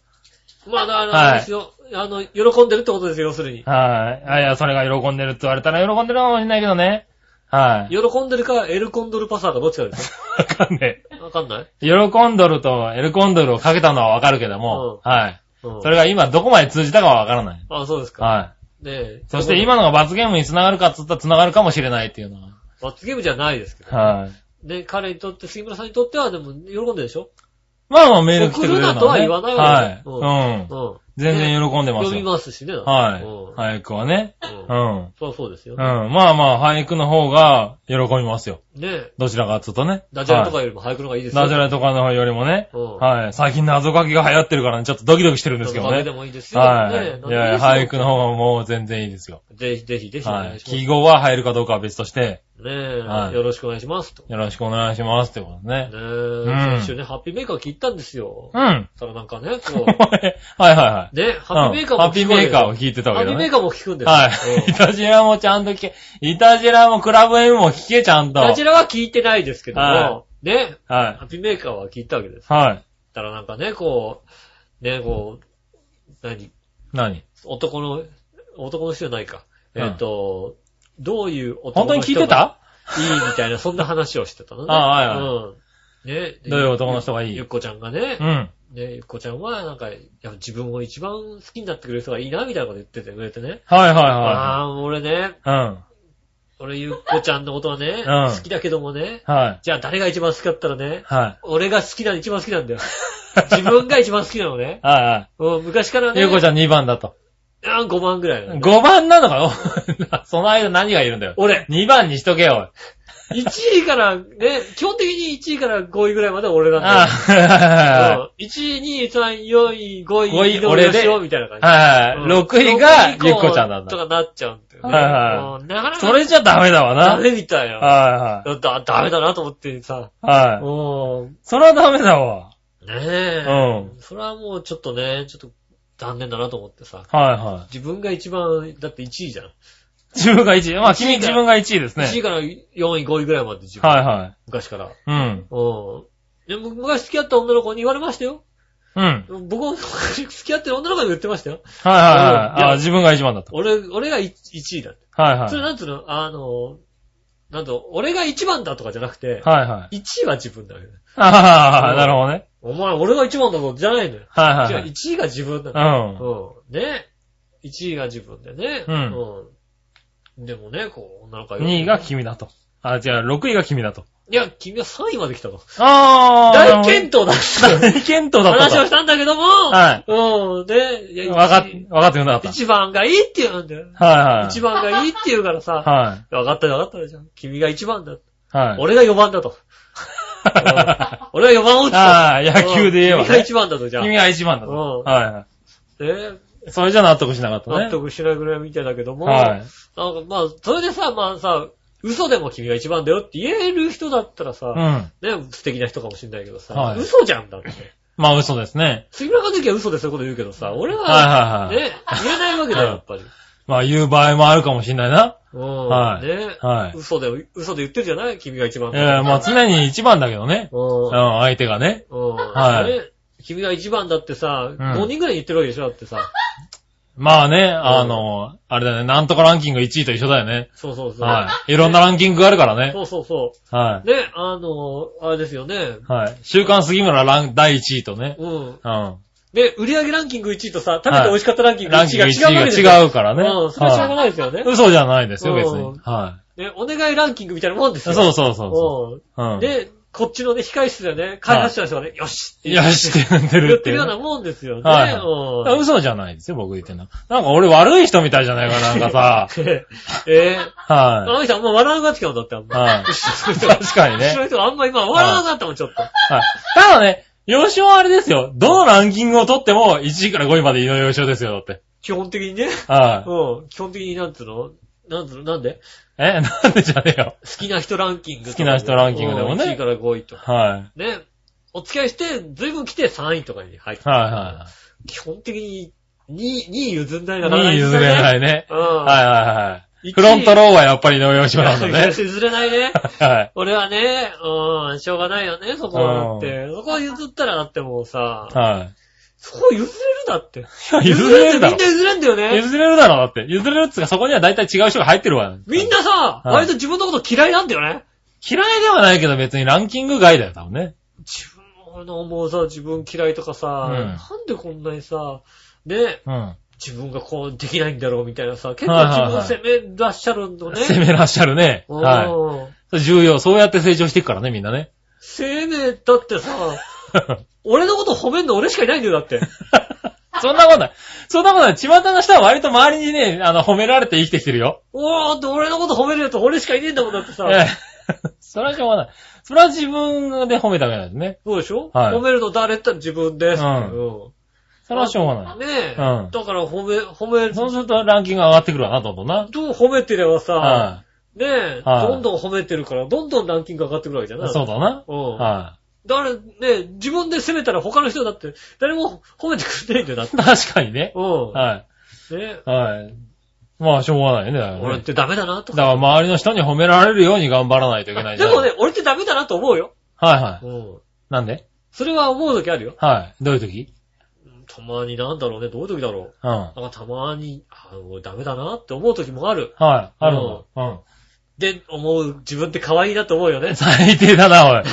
Speaker 2: まあ、だから
Speaker 3: はい
Speaker 2: あれですよ、あの、喜んでるってことですよ、要するに。
Speaker 3: はい。あいや、それが喜んでるって言われたら喜んでるかもしれないけどね。はい。
Speaker 2: 喜んでるか、エルコンドルパサーかどっちかです
Speaker 3: わかんねえ。 <laughs>
Speaker 2: よ。わかんない
Speaker 3: 喜んどるとエルコンドルをかけたのはわかるけども、はい。
Speaker 2: うん
Speaker 3: そ。れが今どこまで通じたかはわからない。
Speaker 2: あ、そうですか。
Speaker 3: は
Speaker 2: ねえ。
Speaker 3: い。そして今のが罰ゲームにつながるかっつったらつながるかもしれないっていうのは。
Speaker 2: 罰ゲームじゃないですけど。
Speaker 3: はい。
Speaker 2: ね、彼にとって、杉村さんにとっては、でも、喜んでるでしょ
Speaker 3: まあまあメール来てくれるのは、ね。
Speaker 2: 送るなとは言わないわね
Speaker 3: は
Speaker 2: う
Speaker 3: い。うん。
Speaker 2: ん。
Speaker 3: 全然喜んでます
Speaker 2: 読み
Speaker 3: よ。
Speaker 2: ますしね。
Speaker 3: は
Speaker 2: うん
Speaker 3: い。俳句はね。
Speaker 2: う
Speaker 3: うんん。うん。
Speaker 2: そうそうですよ。ね
Speaker 3: まあまあ俳句の方が喜びますよ。
Speaker 2: え。
Speaker 3: どちらかっつうとね。
Speaker 2: ダジャレと
Speaker 3: は
Speaker 2: かよりも俳句の方がいいで
Speaker 3: い
Speaker 2: すよ。
Speaker 3: ダジャレとかの方よりもね。
Speaker 2: うん
Speaker 3: はい。最近謎かけが流行ってるからね、ちょっとドキドキしてるんですけど
Speaker 2: ど
Speaker 3: ね
Speaker 2: う。でもいいですよ。
Speaker 3: は
Speaker 2: ね
Speaker 3: い。いやいや、俳句の。
Speaker 2: なん
Speaker 3: 方がもう全然いいですよ。
Speaker 2: でもいいですよぜひ、ぜひ、ぜひお
Speaker 3: は
Speaker 2: 願
Speaker 3: い。
Speaker 2: いします。
Speaker 3: 記号は入るかどうかは別として、
Speaker 2: ねえ、
Speaker 3: はい
Speaker 2: よろしくお願いしますと。ね
Speaker 3: よろしくお願いしますってこと
Speaker 2: え、
Speaker 3: ね。ん
Speaker 2: 先週ね、ハッピーメーカー聞いたんですよ。
Speaker 3: うん。 <laughs>
Speaker 2: それなんかね、
Speaker 3: お
Speaker 2: こ
Speaker 3: 前 <laughs> はいはいは
Speaker 2: う、
Speaker 3: い。
Speaker 2: ね、ハッピーメーカーも
Speaker 3: うんハッピーメーカーを
Speaker 2: 聞
Speaker 3: 弾いて
Speaker 2: く
Speaker 3: た
Speaker 2: わけ
Speaker 3: わ
Speaker 2: ハ
Speaker 3: け
Speaker 2: ッピーメー
Speaker 3: だね。
Speaker 2: カーも聞くんですよ。
Speaker 3: はい。
Speaker 2: う
Speaker 3: イ
Speaker 2: ん
Speaker 3: <laughs> タジラもちゃんと聞け、イタジラもクラブ M も聞けちゃんと。は
Speaker 2: こ
Speaker 3: い
Speaker 2: ち。らは聞いてないですけど
Speaker 3: は
Speaker 2: も、ね、ハ
Speaker 3: は
Speaker 2: ッピーメーカーは聞いたわけです。
Speaker 3: い。
Speaker 2: たらなんかね、こう、ね、こう、何、
Speaker 3: 何
Speaker 2: 男の、男の人じゃないか。
Speaker 3: うん
Speaker 2: えっと、どういう男
Speaker 3: 本当
Speaker 2: の
Speaker 3: に聞い
Speaker 2: 人が
Speaker 3: てた
Speaker 2: いいみたいな、そんな話をしてたのね。
Speaker 3: あはいはい
Speaker 2: うん。ね。
Speaker 3: どういう男の人がいい
Speaker 2: ゆっこちゃんがね
Speaker 3: う、ん。
Speaker 2: ね、ゆっこちゃんは、なんか、いや自分を一番好きになってくれる人がいいな、みたいなこと言っててくれてね。
Speaker 3: はいはい
Speaker 2: あ
Speaker 3: は
Speaker 2: あー、俺ね、
Speaker 3: い。うん。
Speaker 2: 俺ゆっこちゃんのことはね、
Speaker 3: うん
Speaker 2: 好きだけどもね、
Speaker 3: はい。
Speaker 2: じゃあ誰が一番好きだったらね、
Speaker 3: はい。
Speaker 2: 俺が好きな、一番好きなんだよ。自分が一番好きなのね。
Speaker 3: はいは
Speaker 2: うん、昔から
Speaker 3: い。
Speaker 2: ね、
Speaker 3: ゆうこちゃん2番だと。
Speaker 2: あ5番ぐらいなのね、
Speaker 3: 5番なのかよ <laughs> その間何がいるんだよ。
Speaker 2: 俺、
Speaker 3: 2番にしとけよ。
Speaker 2: 1位から、ね、基本的に1位から5位ぐらいまでは俺なんだよ
Speaker 3: あ。あ、
Speaker 2: 1位、2位、3位、4位、5位、
Speaker 3: 五位
Speaker 2: 井上
Speaker 3: 俺で
Speaker 2: 芳雄みたいな感
Speaker 3: はい。
Speaker 2: じ。
Speaker 3: 6位がゆっこちゃんなん
Speaker 2: と
Speaker 3: だ。
Speaker 2: かなっちゃうんだよね。。
Speaker 3: はいはい
Speaker 2: なかなか
Speaker 3: それじゃダメだわ
Speaker 2: ダ
Speaker 3: な。
Speaker 2: メみたいな。
Speaker 3: は
Speaker 2: だ、ダメだなと思ってさ。
Speaker 3: いはい。はい。
Speaker 2: うん。
Speaker 3: それはダメだわ。
Speaker 2: ね
Speaker 3: う
Speaker 2: え
Speaker 3: ん。。はい
Speaker 2: それはもうちょっとね、ちょっと残念だなと思ってさ。
Speaker 3: は
Speaker 2: 自分が一番、だって1位じゃん。
Speaker 3: い。自分が1位。まあ
Speaker 2: 一
Speaker 3: 君
Speaker 2: 位が
Speaker 3: 自分が1位ですね。
Speaker 2: 1位から4位、5位ぐらいまで自分。
Speaker 3: はいは
Speaker 2: 昔から。
Speaker 3: い。うん。
Speaker 2: うん。でも昔付き合った女の子に言われましたよ。
Speaker 3: うん。はい
Speaker 2: 僕も付き合ってる女の子にも言ってましたよ。
Speaker 3: はい
Speaker 2: い
Speaker 3: はい。
Speaker 2: や
Speaker 3: あ自分が1番だと。
Speaker 2: 俺、俺が1位だって。
Speaker 3: はいはい。
Speaker 2: それなんつうのあの、なんと、俺が一番だとかじゃなくて、
Speaker 3: はいはい。
Speaker 2: 一位は自分だよね。
Speaker 3: ああ、なるほどね。
Speaker 2: お前、俺が一番だぞ、じゃないのよ。
Speaker 3: はいは
Speaker 2: じ
Speaker 3: い
Speaker 2: ゃ
Speaker 3: は
Speaker 2: あ、
Speaker 3: い。
Speaker 2: 一位が自分だ
Speaker 3: う
Speaker 2: よ。
Speaker 3: ん。
Speaker 2: うん。ね。一位が自分でね。
Speaker 3: うん
Speaker 2: うんでもね、こう、女の子
Speaker 3: 2位が君だと。あ、違う、6位が君だと。
Speaker 2: いや、君は3位まで来たの。
Speaker 3: ああ。
Speaker 2: 大健闘だっ
Speaker 3: 大健
Speaker 2: た。
Speaker 3: 闘だった
Speaker 2: 話を
Speaker 3: と
Speaker 2: し。たんだけども、
Speaker 3: は
Speaker 2: うん。で、いや
Speaker 3: い。わかっ、わかってくれなかっ
Speaker 2: 一番がいいって言うんだよ。
Speaker 3: た。はいはい。
Speaker 2: 一番がいいって言うからさ、
Speaker 3: は
Speaker 2: 分かったよ分かったじゃん。君が一番だ。
Speaker 3: い。 <laughs> はい。
Speaker 2: 俺が4番だと。 <laughs> うん俺は4番打つと。
Speaker 3: ああ、野球で言えば
Speaker 2: 君が
Speaker 3: ね。
Speaker 2: 一番だと、じゃあ。
Speaker 3: 君
Speaker 2: ね
Speaker 3: が一番だと。
Speaker 2: うん
Speaker 3: はいは
Speaker 2: え
Speaker 3: い。それじゃ納得しなかったね。
Speaker 2: 納得しないぐらいみたいだけども、
Speaker 3: はい。
Speaker 2: なんかまあ、それでさ、まあさ、嘘でも君が一番だよって言える人だったらさ、
Speaker 3: うん。
Speaker 2: ね、素敵な人かもしれないけどさ、
Speaker 3: はい
Speaker 2: 嘘じゃんだって。
Speaker 3: まあ嘘ですね。
Speaker 2: 杉村和之は嘘でそういうこと言うけどさ、俺は、
Speaker 3: はいはいはい
Speaker 2: ね、言えないわけだよ、やっぱり。
Speaker 3: まあ言う場合もあるかもしれないな。
Speaker 2: うん、
Speaker 3: はい
Speaker 2: ね、
Speaker 3: はい。
Speaker 2: 嘘で、嘘で言ってるじゃない君が一番
Speaker 3: ええ、まあ常に一番だけどね。
Speaker 2: うん
Speaker 3: うん、。相手がね。
Speaker 2: うん。
Speaker 3: はい
Speaker 2: ね君が一番だってさ、
Speaker 3: ん
Speaker 2: 5人ぐらい言ってるわけでしょだってさ。
Speaker 3: まあね、あの、あれだね、なんとかランキング1位と一緒だよね。
Speaker 2: そうそうそう。
Speaker 3: はい。いろんなランキングがあるからね。
Speaker 2: そうそうそ
Speaker 3: は
Speaker 2: う。ね、あの、あれですよね
Speaker 3: い。。はい。週刊杉村ラン、第1位とね。
Speaker 2: うん。
Speaker 3: うん。
Speaker 2: で、売上ランキング1位とさ、食べて美味しかったランキング1
Speaker 3: ランキング1
Speaker 2: 位が違うわけです
Speaker 3: 位
Speaker 2: よ。
Speaker 3: が違うからね。
Speaker 2: うん、それはしょうが
Speaker 3: は
Speaker 2: ないですよね
Speaker 3: い。。嘘じゃないですよ、別
Speaker 2: う
Speaker 3: に
Speaker 2: ん。
Speaker 3: は
Speaker 2: ね、お願いランキングみたいなもんです
Speaker 3: そう
Speaker 2: よ。
Speaker 3: そうそうそ
Speaker 2: うん
Speaker 3: う。うん。
Speaker 2: で、こっちのね、控え室でね、開発者の人はね、よしって
Speaker 3: いや、してるんで
Speaker 2: 言
Speaker 3: る
Speaker 2: っ
Speaker 3: って
Speaker 2: て
Speaker 3: い
Speaker 2: る
Speaker 3: う
Speaker 2: よ
Speaker 3: ね。
Speaker 2: うなもんですよね。
Speaker 3: はい
Speaker 2: うん
Speaker 3: 嘘じゃないですよ、僕言ってんの。なんか俺悪い人みたいじゃないかな、な
Speaker 2: <laughs>
Speaker 3: んか
Speaker 2: <laughs> えー、
Speaker 3: さ。
Speaker 2: あ
Speaker 3: は
Speaker 2: の人あんま笑わなかったもんだって、あん
Speaker 3: い。
Speaker 2: ま。
Speaker 3: はい。確かに
Speaker 2: 後ろ
Speaker 3: ね。
Speaker 2: の人あんま今笑わなかったもん、ちょっと。
Speaker 3: はい。ただね、洋賞はあれですよ。どのランキングを取っても、1位から5位まで井上洋賞ですよ、だって。
Speaker 2: 基本的にね。
Speaker 3: はい。
Speaker 2: うん。基本的になんつうのなんつうのなんで
Speaker 3: え、なんでじゃねえよ。
Speaker 2: 好きな人ランキングとか。
Speaker 3: 好きな人ランキングでもね
Speaker 2: 1位から5位とか。
Speaker 3: はい。
Speaker 2: ね。お付き合いして、随分来て3位とかに入って。
Speaker 3: はいは
Speaker 2: 基本的に2位、2位譲んない
Speaker 3: い
Speaker 2: な。。
Speaker 3: はい。2位譲れないいね。
Speaker 2: うん。
Speaker 3: はいはいは
Speaker 2: 1
Speaker 3: い。
Speaker 2: 位
Speaker 3: フロントローはやっぱり井上洋賞なんだね。
Speaker 2: 譲れない
Speaker 3: <laughs>
Speaker 2: ね。
Speaker 3: はい。
Speaker 2: 俺はね、うん、しょうがないよね、そこはだって。そこは譲ったらだってもうさ、
Speaker 3: は
Speaker 2: そこ譲れるだって。
Speaker 3: い。譲れるだ
Speaker 2: み
Speaker 3: ろ
Speaker 2: んな。譲れんだよね。
Speaker 3: 譲れるだろ、だって。譲れるっつうか、そこには大体違う人が入ってるわ。
Speaker 2: みんなさ、
Speaker 3: はい
Speaker 2: 割と自分のこと嫌いなんだよね。
Speaker 3: 嫌いではないけど別にランキング外だよ、多分ね。
Speaker 2: 自分の思うさ、自分嫌いとかさ、
Speaker 3: うん
Speaker 2: なんでこんなにさ、ね、
Speaker 3: うん。
Speaker 2: 自分がこうできないんだろうみたいなさ、結構
Speaker 3: はいはい
Speaker 2: 自
Speaker 3: はい
Speaker 2: 分を責め出しちゃるのね。
Speaker 3: 攻めらっしゃるね。は
Speaker 2: うん
Speaker 3: い。重要。そうやって成長していくからね、みんなね。 <laughs>
Speaker 2: 責めだってさ、俺のこと褒めんの俺しかいないんだよ、だ
Speaker 3: <laughs>
Speaker 2: って。
Speaker 3: そんなことない。そんなことない。巷の人は割と周りにね、あの、褒められて生きてきてるよ。
Speaker 2: おーって俺のこと褒めるやつ俺しかいねえんだもん、だってさ。
Speaker 3: ええ。 <laughs> それはしょうがない。それは自分で褒めたわけないですね。
Speaker 2: そうでしょ、
Speaker 3: はい
Speaker 2: 褒めるの誰って言ったら自分です。
Speaker 3: うん
Speaker 2: う
Speaker 3: それはしょうが
Speaker 2: ん
Speaker 3: な
Speaker 2: ねえ、
Speaker 3: うん
Speaker 2: だから褒め、褒め
Speaker 3: い。、そうするとランキングが上がってくるわな、どんどんな。
Speaker 2: どう褒めてればさ、
Speaker 3: は
Speaker 2: ねえ、
Speaker 3: はい
Speaker 2: どんどん褒めてるから、どんどんランキング上がってくるわけじゃない
Speaker 3: い。そうだな。
Speaker 2: うん。
Speaker 3: は
Speaker 2: 誰、ね、自分で責めたら他の人だって、誰も褒めてくれないんだよ、だって。
Speaker 3: い。確かにね。
Speaker 2: う
Speaker 3: は
Speaker 2: ん。ね
Speaker 3: い。はい。まあ、しょうがないね。だからね
Speaker 2: 俺ってダメだな、と
Speaker 3: だか
Speaker 2: か。
Speaker 3: ら周りの人に褒められるように頑張らないといけないじ
Speaker 2: で
Speaker 3: ゃん。
Speaker 2: も。ね、俺ってダメだなと思うよ。
Speaker 3: はいは
Speaker 2: う
Speaker 3: い。
Speaker 2: ん。
Speaker 3: なんで
Speaker 2: それは思う時あるよ。
Speaker 3: はい。どういう時
Speaker 2: たまになんだろうね、どういう時だろ
Speaker 3: うん。は
Speaker 2: う。なんかたまに、あ俺ダメだなって思う時もある
Speaker 3: い。。あるの。うん。
Speaker 2: で、思う、自分って可愛いなと思うよね。 <laughs>
Speaker 3: 最低だな、おい。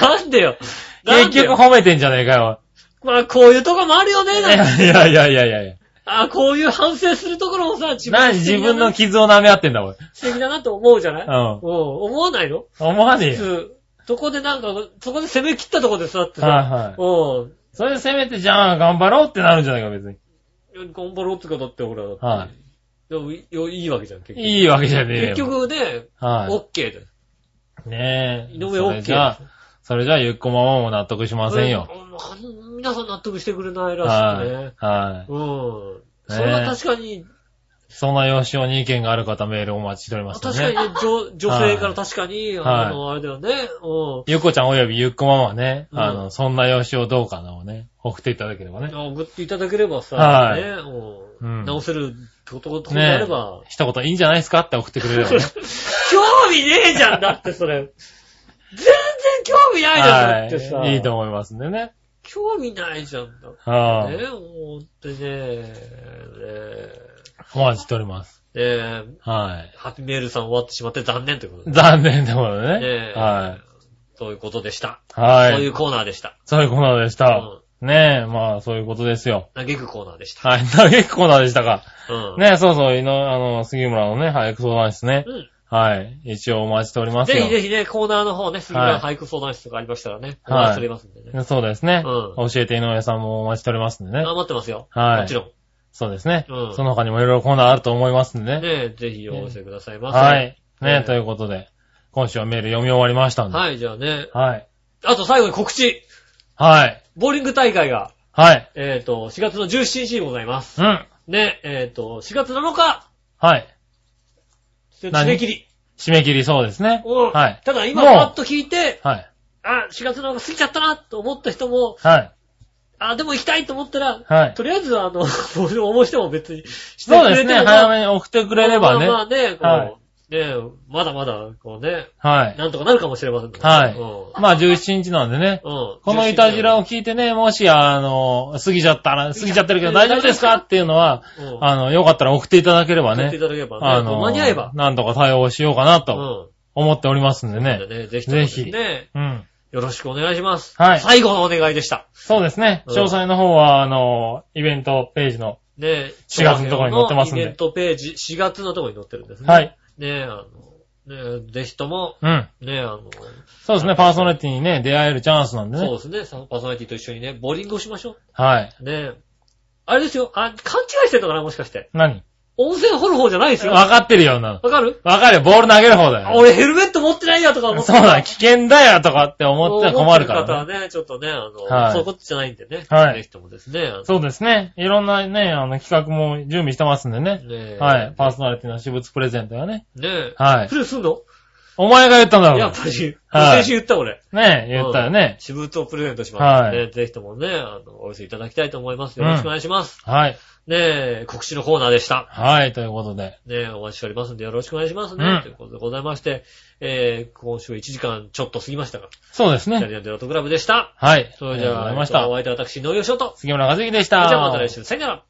Speaker 2: なんでよ。な
Speaker 3: 結
Speaker 2: んで
Speaker 3: 局
Speaker 2: よ
Speaker 3: 褒めてんじゃねえかよ。
Speaker 2: まあ、こういうとこもあるよね。
Speaker 3: い
Speaker 2: なんて
Speaker 3: やいやいやいやいや。
Speaker 2: あこういう反省するところもさ、自
Speaker 3: 何
Speaker 2: 素
Speaker 3: 自
Speaker 2: 敵だ
Speaker 3: 分
Speaker 2: な
Speaker 3: の傷を舐め合ってんだ、おい。
Speaker 2: 素敵だなと思うじゃない
Speaker 3: うん
Speaker 2: うん。。思わないの
Speaker 3: 思わねえ
Speaker 2: 普
Speaker 3: よ。
Speaker 2: 通。そこでなんか、そこで攻め切ったとこでさ、って
Speaker 3: はい
Speaker 2: さ、
Speaker 3: は
Speaker 2: うん。
Speaker 3: い。それでせめて、じゃあ頑張ろうってなるんじゃないか、別に。
Speaker 2: 頑張ろうってことだって、俺はだって。
Speaker 3: はい
Speaker 2: でもいいいいわけじゃん、結局。
Speaker 3: いいわけじゃねえよ。
Speaker 2: 結。局ね、
Speaker 3: は
Speaker 2: OK で。
Speaker 3: い。ねえ。
Speaker 2: 井上
Speaker 3: そ
Speaker 2: OK
Speaker 3: れ
Speaker 2: で
Speaker 3: じゃあ、それじゃあ、ゆっこママも納得しませんよ。
Speaker 2: うん。あん皆さん納得してくれないらし
Speaker 3: はいい
Speaker 2: ね。。
Speaker 3: はい。
Speaker 2: うん。それは確かに、
Speaker 3: そんな様子をに意見がある方メールをお待ちしておりました
Speaker 2: 確かに
Speaker 3: ね。
Speaker 2: ね、女女性から確かに、
Speaker 3: はい
Speaker 2: あの、あれだよね。うん。
Speaker 3: ゆっこちゃんおよびゆっこママはね、
Speaker 2: うん
Speaker 3: あの、そんな様子をどうかなをね、送っていただければね。
Speaker 2: 送っていただければさ、
Speaker 3: はい
Speaker 2: ね、もう
Speaker 3: うん
Speaker 2: 直せることとなれば、
Speaker 3: 一言いいんじゃないですかって送ってくれ
Speaker 2: <laughs>
Speaker 3: ればね。
Speaker 2: 興味ねえじゃんだってそ
Speaker 3: <laughs>
Speaker 2: れ。全然興味ないじゃんだってさ。
Speaker 3: はい。いいと思いますんでね。
Speaker 2: 興味ないじゃんだって。
Speaker 3: はい、
Speaker 2: ね、もう、ってね、ね
Speaker 3: お待ちしております。
Speaker 2: ね
Speaker 3: はい。
Speaker 2: ハッピーメールさん終わってしまって残念ということで。
Speaker 3: 残念ってことで
Speaker 2: ね
Speaker 3: ね。は
Speaker 2: そういうことでした。
Speaker 3: い。は
Speaker 2: そういう
Speaker 3: い。
Speaker 2: コーナーでした。
Speaker 3: そういうコーナーでし
Speaker 2: う
Speaker 3: た。
Speaker 2: ん。
Speaker 3: ねえ、まあ、そういうことですよ。
Speaker 2: 嘆くコーナーでした。
Speaker 3: はい。嘆くコーナーでしたか。
Speaker 2: うん。
Speaker 3: ねえ、そうそう、いの、あの、杉村のね、俳句相談室ね。
Speaker 2: うん。
Speaker 3: はい。一応お待ちしておりますよ。
Speaker 2: ぜひぜひね、コーナーの方ね、杉村俳句相談室とかありましたらね、お
Speaker 3: はい
Speaker 2: 待ちしておりますんでね。
Speaker 3: そうですね。
Speaker 2: う
Speaker 3: 教えて井上さんもお待ちしておりますんでね。
Speaker 2: あ、待ってますよ。
Speaker 3: はい
Speaker 2: もちろん。
Speaker 3: そうですね。
Speaker 2: うん
Speaker 3: その他にもいろいろコーナーあると思いますんでね。
Speaker 2: ねぜひお寄せくださいませ。
Speaker 3: はい。ね、
Speaker 2: ね
Speaker 3: ということで、今週はメール読み終わりましたんで。はい。
Speaker 2: はい、じゃあね。
Speaker 3: はい。
Speaker 2: あと最後に告知。
Speaker 3: はい。
Speaker 2: ボーリング大会が、えっ、と、4月の17日にございます。
Speaker 3: うん。
Speaker 2: ね、えっ、と、4月7日、
Speaker 3: はい。
Speaker 2: 締
Speaker 3: 何
Speaker 2: め切り。
Speaker 3: 締め切りそうですね。
Speaker 2: うん
Speaker 3: はい
Speaker 2: ただ今、
Speaker 3: もう
Speaker 2: パッと聞いて、
Speaker 3: はい。
Speaker 2: あ、4月7日過ぎちゃったな、と思った人も、
Speaker 3: はい。
Speaker 2: あ、でも行きたいと思ったら、
Speaker 3: はい。
Speaker 2: とりあえず、あの、 <laughs> 応募しても別にして
Speaker 3: そ
Speaker 2: く
Speaker 3: うで
Speaker 2: れて
Speaker 3: す
Speaker 2: も
Speaker 3: ね。早めに送ってくれればね。
Speaker 2: まあまあね、こう、
Speaker 3: はい
Speaker 2: ね、まだまだ、こうね、
Speaker 3: はい。
Speaker 2: なんとかなるかもしれませんね
Speaker 3: はい
Speaker 2: うん
Speaker 3: まあ17日なんでね。
Speaker 2: うん。
Speaker 3: このイタジラを聞いてね、もし、あの、過ぎちゃったら、過ぎちゃってるけど
Speaker 2: 大
Speaker 3: 大
Speaker 2: 丈夫
Speaker 3: 丈夫
Speaker 2: で
Speaker 3: ですす
Speaker 2: か
Speaker 3: かっていうのは、
Speaker 2: うん、
Speaker 3: あの、よかったら送っていただければ
Speaker 2: 送ってい
Speaker 3: ね。
Speaker 2: ただければね、
Speaker 3: あの、
Speaker 2: 間に合えば。
Speaker 3: なんとか対応しようかなと思っておりますんで
Speaker 2: うん。
Speaker 3: ね
Speaker 2: なん。でね、ぜひともですね、
Speaker 3: うん。
Speaker 2: よろしくお願いします。
Speaker 3: はい
Speaker 2: 最後のお願いでした。
Speaker 3: そうですね。
Speaker 2: うん
Speaker 3: 詳細の方は、あの、イベントページの。
Speaker 2: ね、
Speaker 3: 4月のところに載ってますんで
Speaker 2: イベントページ、4月のところに載ってるんですね。
Speaker 3: はい。
Speaker 2: ね、あの、ねぜひとも、
Speaker 3: うん。
Speaker 2: ねあの、
Speaker 3: そうですね、パーソナリティにね、出会えるチャンスなんで
Speaker 2: そう
Speaker 3: ね。
Speaker 2: ですね、サンパーソナリティと一緒にね、ボーリングをしましょ
Speaker 3: はい。
Speaker 2: う。ねあれですよ、あ、勘違いしてんのかな、もしかして。
Speaker 3: 何
Speaker 2: 温泉掘る方じゃないですよ。わ
Speaker 3: わかってるような。
Speaker 2: かる
Speaker 3: わかるよ、ボール投げる方だ
Speaker 2: あ
Speaker 3: よ。
Speaker 2: 俺ヘルメット持ってないやとか思って
Speaker 3: そうだ、危険だよとかって思ったら困るからね。
Speaker 2: ね。ね、ちょっとね、あの、
Speaker 3: はい
Speaker 2: そういうことじゃないんでね。
Speaker 3: はい
Speaker 2: ぜひともですね。あの
Speaker 3: そうですね。いろんなね、あの、企画も準備してますんでね。
Speaker 2: ね
Speaker 3: はい。。パーソナリティの私物プレゼントがね。
Speaker 2: ねえ。
Speaker 3: はい
Speaker 2: プ。レイすんの
Speaker 3: お前が言ったんだろ
Speaker 2: やっ
Speaker 3: う。
Speaker 2: ぱり、
Speaker 3: はい
Speaker 2: 先週言った俺。
Speaker 3: ね言ったよね。
Speaker 2: 私物をプレゼントしますので、
Speaker 3: は
Speaker 2: ぜひともね、あの、お寄せいただきたいと思います。よろしくお願いします。
Speaker 3: はい。
Speaker 2: ねえ、告知のコーナーでした。
Speaker 3: はい、ということで。
Speaker 2: ねえ、お待ちしておりますんで、よろしくお願いしますね。
Speaker 3: うん
Speaker 2: ということでございまして、えー、今週1時間ちょっと過ぎましたが、
Speaker 3: そうです
Speaker 2: イタ
Speaker 3: ね。
Speaker 2: リアンデラトグラブでした。
Speaker 3: はい。
Speaker 2: それで
Speaker 3: ありがとうご
Speaker 2: は、
Speaker 3: ざいまし
Speaker 2: えっと
Speaker 3: た
Speaker 2: お。相手は私、井上翔と。
Speaker 3: 杉村和樹でし
Speaker 2: そ
Speaker 3: た。
Speaker 2: れじゃあまた来週、さよなら。